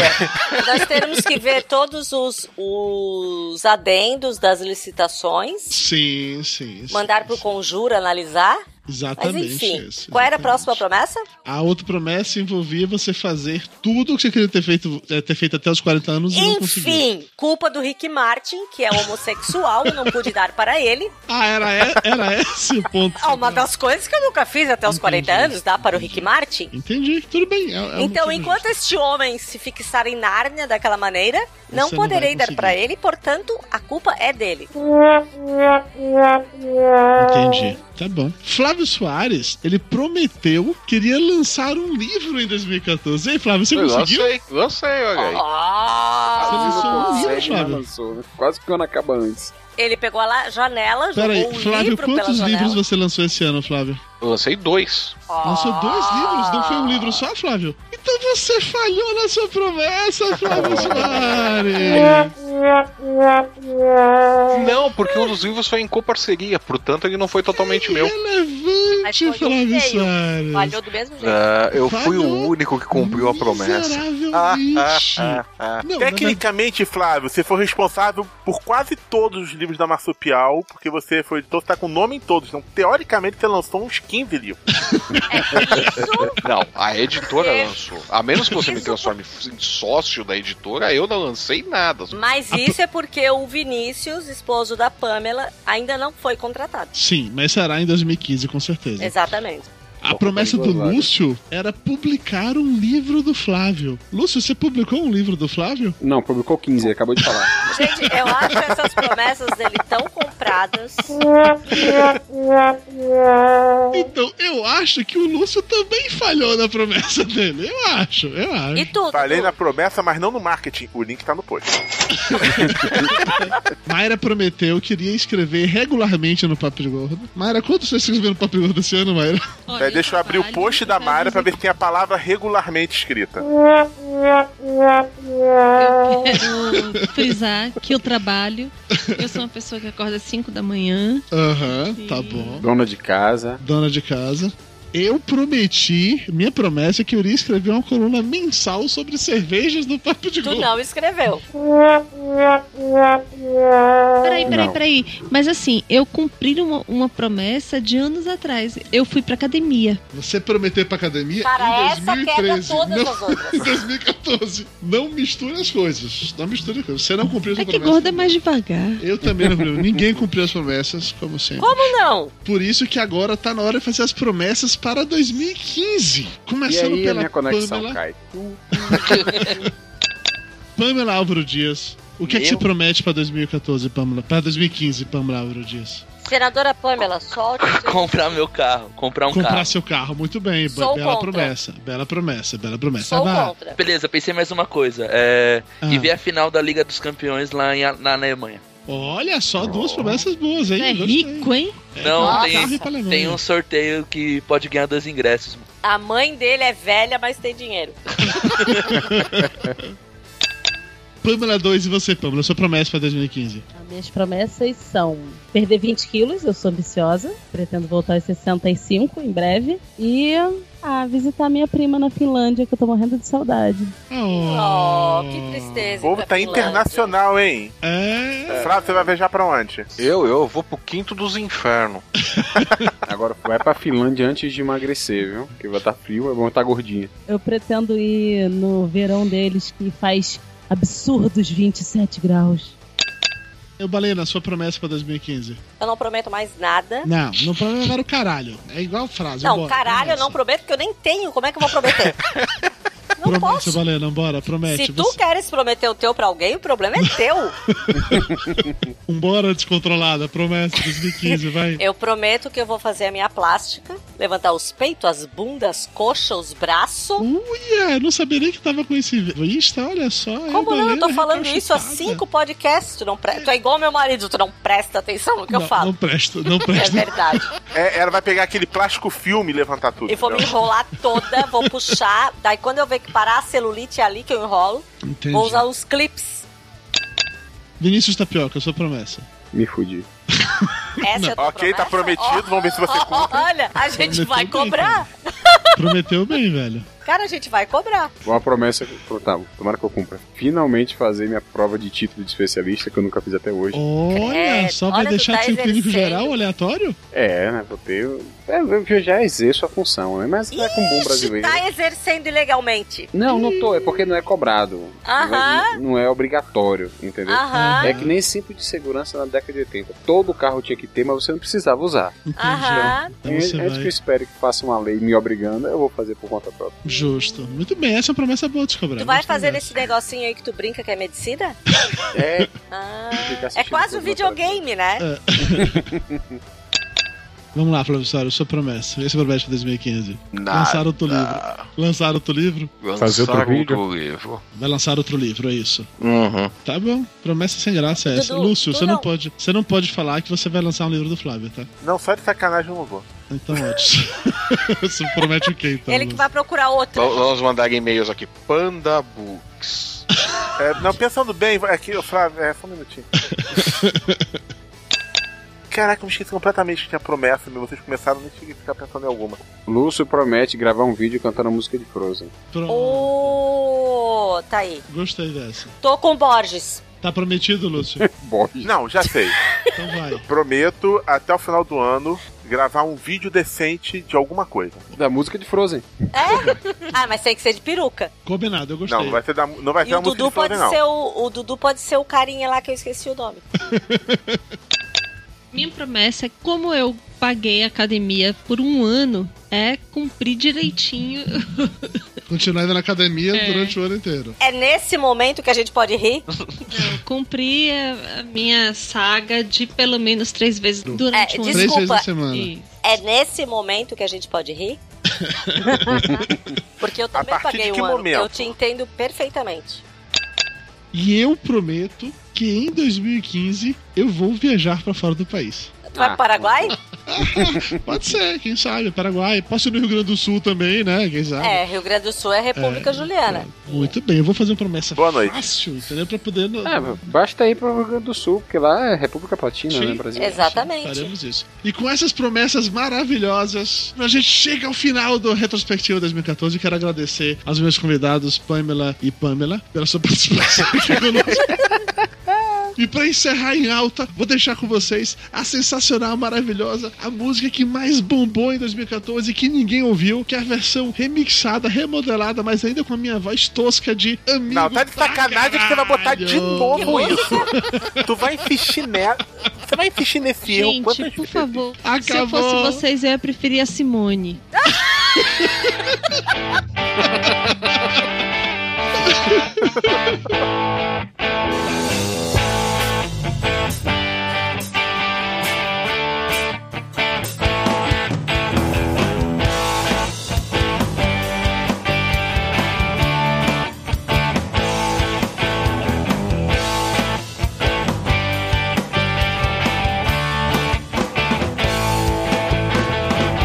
nós teremos que ver todos os, os adendos das licitações,
Sim, sim. sim.
mandar pro Conjura analisar. Mas
Exatamente
enfim,
Ah, isso.
qual era a próxima promessa?
A outra promessa envolvia você fazer tudo o que você queria ter feito, eh, ter feito até os 40 anos e não conseguiu.
Enfim, culpa do Rick Martin, que é homossexual, eu não pude dar para ele.
Ah, era, era esse o ponto.
Ah, uma das coisas que eu nunca fiz até os 40 anos, dá para o Rick Martin.
Entendi, tudo bem. é- é um
Então,
motivo
enquanto este homem se fixar em Nárnia daquela maneira, não
Você não
poderei
vai
dar para ele, portanto, a culpa é dele.
Entendi. Tá bom. Flávio Soares, ele prometeu que iria lançar um livro em 2014. E aí, Flávio, você
Eu
conseguiu?
lancei,
lancei, olha
aí.
Ah,
Você lançou um livro,
Consegue, mas
Flávio?
lançou, né? Quase que o ano acaba antes.
Ele pegou a la- janela, jogou
Peraí,
um
Flávio,
livro pela
quantos
janela.
livros você lançou esse ano, Flávio?
Eu lancei dois.
Lançou dois livros? Não foi um livro só, Flávio? Então você falhou na sua promessa, Flávio Soares!
Não, porque um dos livros foi em coparceria, portanto ele não foi totalmente meu.
Relevante, Flávio Soares!
um Falhou do mesmo jeito.
Ah, eu fui o único que cumpriu a promessa.
Ah,
Miseravelmente. Não,
É. Tecnicamente, Flávio, você foi responsável por quase todos os livros da Marsupial, porque você foi editor, você tá com o nome em todos. Então, teoricamente, você lançou uns 15 livros.
Não, a editora lançou. A menos que você me transforme em sócio da editora, eu não lancei nada.
Mas isso é porque o Vinícius, esposo da Pamela, ainda não foi contratado.
Sim, mas será em 2015, com certeza.
É. Exatamente.
A promessa do
duas vagas.
Lúcio era publicar um livro do Flávio. Lúcio, você publicou um livro do Flávio?
Não, publicou 15, ele acabou de falar.
Gente, eu acho essas promessas dele tão compradas.
Então, eu acho que o Lúcio também falhou na promessa dele. Eu acho, eu acho.
E tudo.
Falei na promessa, mas não no marketing. O link tá no post.
Mayra prometeu que iria escrever regularmente no Papo de Gordo. Mayra, quanto você escreveu no Papo de Gordo esse ano, Mayra?
É, deixa eu abrir o post da Mara pra ver se tem a palavra regularmente escrita.
Quero frisar que eu trabalho. Eu sou uma pessoa que acorda às 5 da manhã.
Aham, tá bom.
Dona de casa.
Dona de casa. Eu prometi, minha promessa é que eu iria escrever uma coluna mensal sobre cervejas no Papo de
Tu
Gordo.
não escreveu.
Peraí, peraí,
Não.
peraí. Mas assim, eu cumpri uma, uma promessa de anos atrás. Eu fui pra academia.
Você prometeu pra academia
Para
em
essa quebra
2013.
todas
não,
as outras.
em 2014. Não misture as coisas. Não misture as coisas. Você não cumpriu sua
É que
promessa.
gorda é mais devagar.
Eu também não cumpri. Ninguém cumpriu as promessas, como sempre.
Como não?
Por isso que agora tá na hora de fazer as promessas para 2015. Começando
e aí, a
pela
minha conexão
Pamela.
cai.
Pamela Álvaro Dias. O que é que
Meu.
você promete pra 2014, Pamela? Pra 2015, Pamela Álvaro Dias.
Senadora Pamela, solte.
Comprar meu carro, comprar um
Comprar
carro.
seu carro, muito bem. be-
Sou
bela
contra.
promessa. Bela promessa, bela promessa. Vá.
Beleza, pensei mais uma coisa. É.
Ah.
E ver a final da Liga dos Campeões lá em- na Alemanha.
Olha só, duas promessas boas, hein? É rico,
hein?
Não,
É. nossa. Carro e pra
tem,
Alemanha.
tem um sorteio que pode ganhar dois ingressos.
A mãe dele é velha, mas tem dinheiro.
Pâmela 2 e você, Pâmela, sua promessa pra 2015.
Minhas promessas são perder 20 quilos, eu sou ambiciosa, pretendo voltar aos 65 em breve, e ah, visitar minha prima na Finlândia, que eu tô morrendo de saudade.
Oh,
Hum.
que
O
tristeza.
povo tá internacional, hein?
É.
Flávio, você vai viajar pra onde?
Eu, eu vou pro quinto dos infernos.
Agora vai pra Finlândia antes de emagrecer, viu? Porque vai estar frio, é bom estar gordinha.
Eu pretendo ir no verão deles, que faz absurdos 27 graus.
Eu balei na sua promessa pra 2015.
Eu não prometo mais nada.
Não, não promessa era o caralho. É igual a frase.
Não,
bora,
caralho, eu não prometo, porque eu nem tenho. Como é que eu vou prometer?
Não promete, Balena, bora, promete.
Se tu queres prometer o teu pra alguém, o problema é teu.
Um bora descontrolada, promessa 2015, vai.
Eu prometo que eu vou fazer a minha plástica, levantar os peitos, as bundas, as coxas, os braços.
Uia, eu não sabia nem que tava com esse Insta, olha só. é
Como não? Eu
Balena
tô falando isso há cinco podcasts. Tu, não pre... tu é igual meu marido, tu não presta atenção no que eu
Não,
falo.
Não presta, não
É
presta.
verdade.
É, ela vai pegar aquele plástico filme e levantar tudo.
E vou me
entendeu?
enrolar toda, vou puxar. Daí quando eu ver que parar a celulite é ali que eu enrolo,
Entendi.
vou usar os clips.
Vinícius Tapioca, sua promessa.
Me fudi.
Essa
Não.
é a tua
Ok, tá
promessa?
prometido,
Ó,
vamos ver se você
ó, ó,
cumpre.
Olha, a gente
Prometeu
vai
bem,
cobrar.
Prometeu bem, velho.
Cara, a gente vai cobrar.
Uma promessa que eu tá, tomara que eu cumpra. Finalmente fazer minha prova de título de especialista que eu nunca fiz até hoje.
Olha,
É,
Credo,
só vai
olha, tu
deixar
tá
de ser clínico
exercendo.
geral, aleatório?
É, né? Vou ter. É, eu já exerço a função, né? Mas não é com um bom brasileiro.
Tá exercendo ilegalmente.
Não, não tô, é porque não é cobrado.
Aham.
Não é obrigatório, entendeu?
Aham.
É que nem cinto de segurança na década de 80. Todo carro tinha que ter, mas você não precisava usar.
Aham.
E antes que eu espere que faça uma lei me obrigando, eu vou fazer por conta própria.
Justo. Muito bem, essa é uma promessa boa de cobrar.
Tu vai
Gostei
fazer
dessa.
esse negocinho aí que tu brinca que é medicina?
É.
tá
É quase um videogame, né?
É. Vamos lá, Flávio Soares, sua promessa. Esse é o promessa de 2015.
Nada.
Lançar outro livro. Lançar outro livro?
Lançar outro livro.
Vai lançar outro livro, é isso.
Uhum.
Tá bom. Promessa sem graça é essa.
Dudu,
Lúcio,
tu
você não.
não.
pode, você não pode falar que você vai lançar um livro do Flávio, tá?
Não, só de sacanagem eu não vou.
Então, ótimo. você promete o quê, então?
Ele que vai procurar outro.
Vamos vamos mandar e-mails aqui. Panda Books.
É, não, pensando bem, vai- aqui, ô, Flávio, é, só um minutinho. Caraca, eu me esqueci completamente que tinha promessa, meu. Vocês começaram, nem cheguei a ficar pensando em alguma.
Lúcio promete gravar um vídeo cantando a música de Frozen.
Ô, tá aí.
Gostei dessa.
Tô com o Borges.
Tá prometido, Lúcio?
Não, já sei.
Então vai.
Prometo, até o final do ano, gravar um vídeo decente de alguma coisa.
Da música de Frozen.
É? Ah, mas tem que ser de peruca.
Combinado, eu gostei.
Não, não vai ser da, não vai
E
ser
é
o
uma música
Dudu
de
pode
Frozen, não.
ser o, o Dudu pode ser o carinha lá que eu esqueci o nome.
Minha promessa é como eu paguei a academia por um ano, é cumprir direitinho.
Continuar indo na academia
É.
durante o ano inteiro.
É nesse momento que a gente pode rir?
cumprir a, a minha saga de pelo menos três vezes durante
É,
o ano.
desculpa.
E-
É nesse momento que a gente pode rir? Porque eu também
partir de
paguei
que
um ano.
momento?
Eu te entendo perfeitamente.
E eu prometo que em 2015 eu vou viajar pra fora do país.
Tu vai pro Paraguai?
Pode ser, quem sabe, Paraguai. Posso ir no Rio Grande do Sul também, né? Quem sabe?
É, Rio Grande do Sul é República
É,
Juliana.
Muito bem, eu vou fazer uma promessa
Boa noite.
fácil, entendeu? Pra poder. no-
É, basta ir pro Rio Grande do Sul, porque lá é República Platina, né, Brasil?
Exatamente.
Faremos isso. E com essas promessas maravilhosas, a gente chega ao final do Retrospectiva 2014. Quero agradecer aos meus convidados, Pamela e Pamela, pela sua participação aqui conosco. E pra encerrar em alta, vou deixar com vocês a sensacional, maravilhosa, a música que mais bombou em 2014 e que ninguém ouviu, que é a versão remixada, remodelada, mas ainda com a minha voz tosca de amigo.
Não, tá de sacanagem que você vai botar de novo isso. tu vai insistir nela. Você vai insistir nesse erro
Gente,
quantas
por
vezes?
favor, se eu fosse vocês, eu ia preferir a Simone.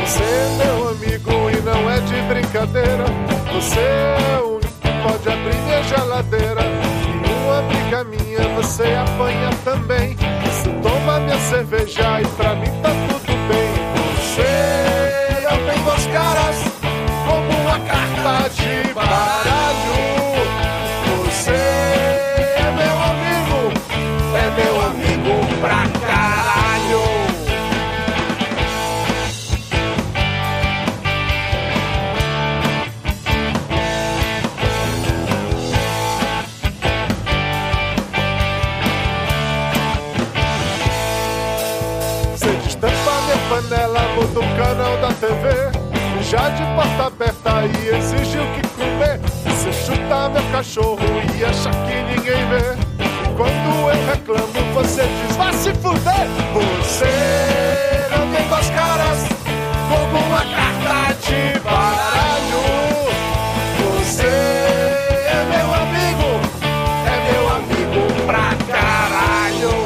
Você é meu amigo e não é de brincadeira. Você é um que pode abrir minha geladeira. E um abre
você apanha também. Você toma minha cerveja e pra mim tá tudo bem. é Você, eu tenho duas caras, como uma carta de baralho. Você é meu amigo, é meu amigo pra caralho. Você destampa minha panela, muda o canal da TV. Já de porta aberta e exige o que comer. Você chuta meu cachorro e é acha que ninguém vê. E quando eu reclamo, você diz: vá se fuder. Você não tem duas caras, como uma carta de baralho. Você é meu amigo, é meu amigo pra caralho.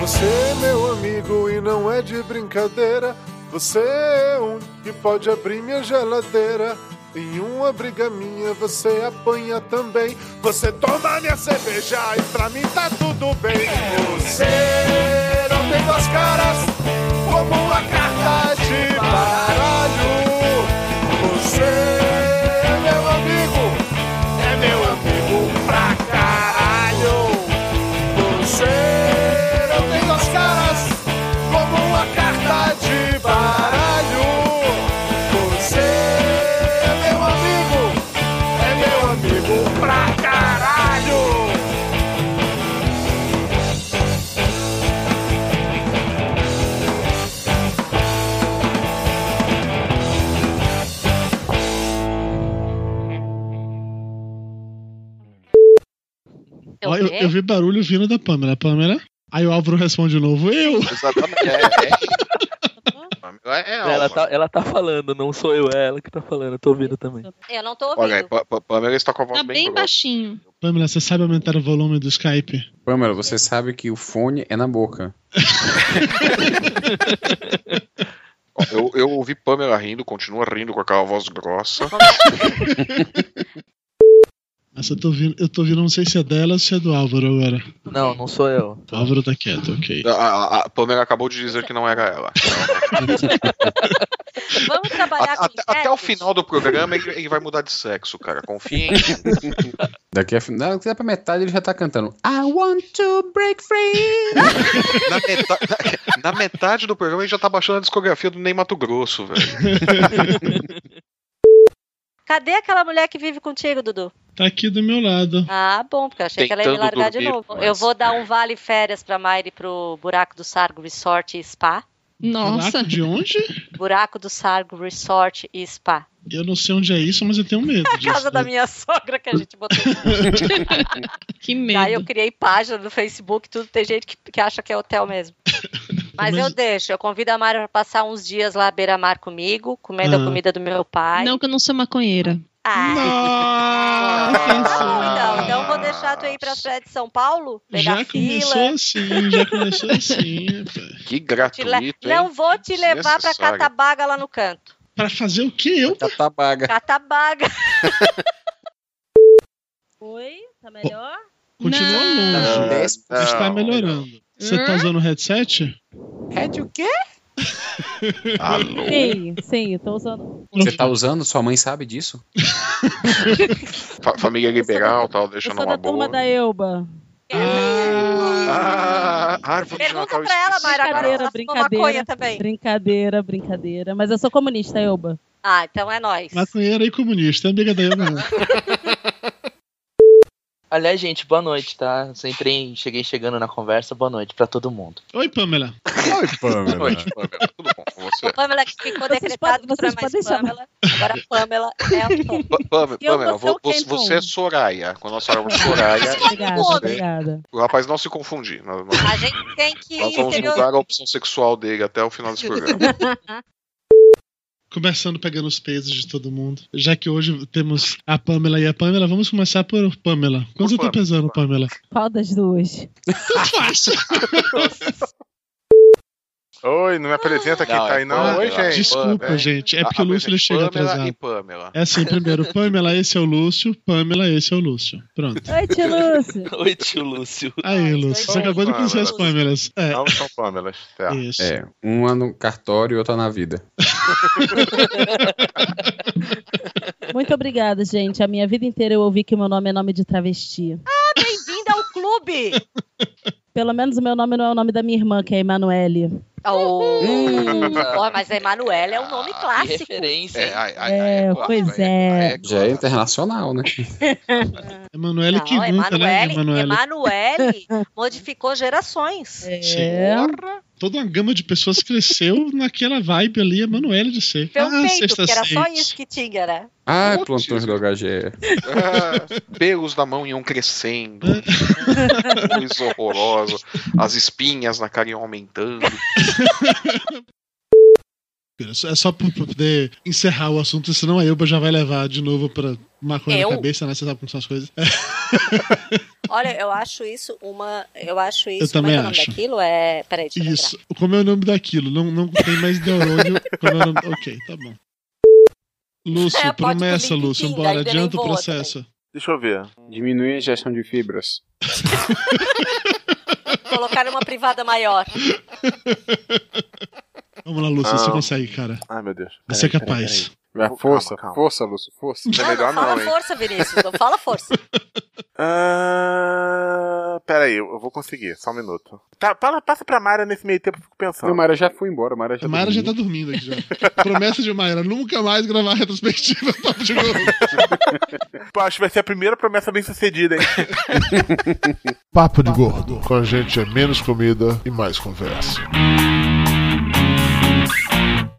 Você é meu amigo e não é de brincadeira. Você é um que pode abrir minha geladeira. Em uma briga minha você apanha também. Você toma minha cerveja e pra mim tá tudo bem. Você não tem duas caras, como uma carta de baralho. Você é meu amigo, é meu amigo pra caralho. Você não tem duas caras como uma carta de baralho. Você é meu amigo, é meu amigo pra caralho.
Ó, eu, eu vi barulho vindo da Pamela. Pamela? Aí o Álvaro responde de novo: Eu!
Exatamente.
É,
ela, tá, ela tá falando, não sou eu, é ela que tá falando, eu tô ouvindo também.
Eu não tô
tá
Olha aí,
ouvindo.
Pa- Pa- Pamela está com a voz
Tá bem baixinho.
Pamela, você sabe aumentar o volume do Skype?
Pamela, você sabe que o fone é na boca.
Ó, Eu, eu ouvi Pamela rindo, continua rindo com aquela voz grossa.
Essa eu tô ouvindo, eu tô ouvindo, não sei se é dela ou se é do Álvaro agora.
Não, não sou eu.
O Álvaro tá quieto, ok.
A, a- a Pamela acabou de dizer que não era ela.
Vamos trabalhar
A- até, até o final do programa ele, ele vai mudar de sexo, cara. Confia em mim.
Daqui a fin- não, daqui pra metade ele já tá cantando. I want to break free.
na, meta- na metade do programa ele já tá baixando a discografia do Ney Mato Grosso, velho.
Cadê aquela mulher que vive contigo, Dudu?
Tá aqui do meu lado.
Ah, bom, porque eu achei que ela ia me
Tentando
largar de
dormir,
novo.
mas- é.
Eu vou dar um vale férias pra Mayri pro Buraco do Sargo Resort e Spa.
Nossa. Buraco de onde?
Buraco do Sargo Resort e Spa.
Eu não sei onde é isso, mas eu tenho medo
A
disso.
casa da minha sogra que a gente botou.
que medo.
Aí eu criei página no Facebook, tudo. Tem gente que, que acha que é hotel mesmo. Mas, eu deixo. Eu convido a Mayra pra passar uns dias lá à beira-mar comigo, comendo
Ah.
a comida do meu pai.
Não, que eu não sou maconheira.
Ah. Então, então eu vou deixar tu aí pra praia de São Paulo, pegar
Já
fila.
começou assim, já começou assim.
Que
te le-
gratuito, hein?
Não vou te levar pra
Desnecessário.
Catabaga lá no canto.
Pra fazer o que eu?
tá
Catabaga.
tá- Catabaga.
Oi? Tá melhor?
Continua
Não.
longe.
Não.
Está melhorando. Você tá
Hã?
usando o headset?
Red É o quê?
Alô?
Sim, sim, tô usando.
Você tá usando? Sua mãe sabe disso?
Fa- Família liberal tal,
Eu
Tá
deixa
sou
numa
da
boa.
turma da Elba.
Ah, árvore de Natal esquecida.
Brincadeira,
maconha
brincadeira. Brincadeira, brincadeira. Mas eu sou comunista, Elba.
Ah, então é nóis.
Maconheira e comunista, amiga da Eva.
Aliás, gente, boa noite, tá? Sempre em- cheguei chegando na conversa, boa noite pra todo mundo.
Oi, Pamela.
Oi,
Boa
Pamela.
noite,
Pamela. Tudo bom com
A Pamela que ficou decretado que não é mais Pamela. Agora a Pamela é a Pamela.
Pa- Pam-
Eu
Pamela,
vou ser o
vo- vo-
Kenton.
você é Soraya. Quando nós falamos de Soraya,
Obrigada,
você-
obrigada.
o rapaz não se confundir. Nós, nós-
A gente tem que
nós vamos
interior-
mudar a opção sexual dele até o final desse programa.
Começando pegando os pesos de todo mundo. Já que hoje temos a Pamela e a Pamela, vamos começar por Pamela. Quanto eu tô pesando, Pamela?
Qual das duas?
Fácil.
Oi, não me apresenta quem
é
tá aí, não. Oi, gente. Ah,
Desculpa, gente. É porque o Lúcio ele chega
Pamela
atrasado.
e Pamela.
É assim, primeiro, Pamela, esse é o Lúcio. Pamela, esse é o Lúcio. Pronto.
Oi, tio Lúcio.
Oi, tio Lúcio.
Aí, Lúcio, você acabou de conhecer as Pamelas. É.
Não são tá. Pamelas.
Isso.
É, uma no cartório e outra na vida.
Muito obrigada, gente. A minha vida inteira eu ouvi que o meu nome é nome de travesti.
Ah, bem-vinda ao clube!
Pelo menos o meu nome não é o nome da minha irmã, que é Emanuele.
Oh,
Hum.
Pô, mas a Emanuela é um nome clássico.
referência.
É, ai, ai,
É, pois é.
Já é internacional, né?
Emanuele
é
que inventa, né?
Emanuele,
Emanuele.
Emanuele modificou gerações.
É.
Senhora. Toda uma gama de pessoas cresceu naquela vibe ali, Emanuele de ser. Ah,
Pelo um peito,
sexta
porque era só
sexta.
isso que tinha, né?
Ah, plantões do HGE.
Ah, pelos da mão iam crescendo. Coisa horrorosa. As espinhas na cara iam aumentando.
É só pra pra poder encerrar o assunto, senão a Elba já vai levar de novo pra maconha
Eu?
na cabeça, né? Você sabe como são as coisas.
Olha, eu acho isso uma. Eu acho isso.
Eu também
como é que é o
acho.
nome daquilo? É. Peraí, deixa eu
Isso. Como é o nome daquilo? Não, não tem mais neurônio. Como é o nome... Ok, tá bom. Lúcio,
É, pode
promessa,
dormir,
Lúcio.
Pitinga,
Bora,
ainda nem
adianta o
voa
processo.
né?
Deixa eu ver.
Diminui a ingestão de fibras.
lembrar. Colocaram uma privada maior.
Vamos lá, Lúcio, você
Ah.
consegue, cara.
Ai, meu Deus.
Você é
Peraí, peraí,
capaz.
peraí.
Vai, força, força, Lúcio, força.
É melhor
fala
não, hein?
força, Vinícius. Não fala força.
Ah, peraí, eu eu vou conseguir, só um minuto. Tá, fala- passa pra Mara nesse meio tempo, eu fico pensando.
Não, Mara já foi embora, Mara já
A Mayra já tá
dormiu.
dormindo aqui já. Promessa de Mayra, nunca mais gravar retrospectiva tá do Papo de Gordo.
Pô, acho que vai ser a primeira promessa bem sucedida, hein?
Papo de Gordo. Com a gente é menos comida e mais conversa.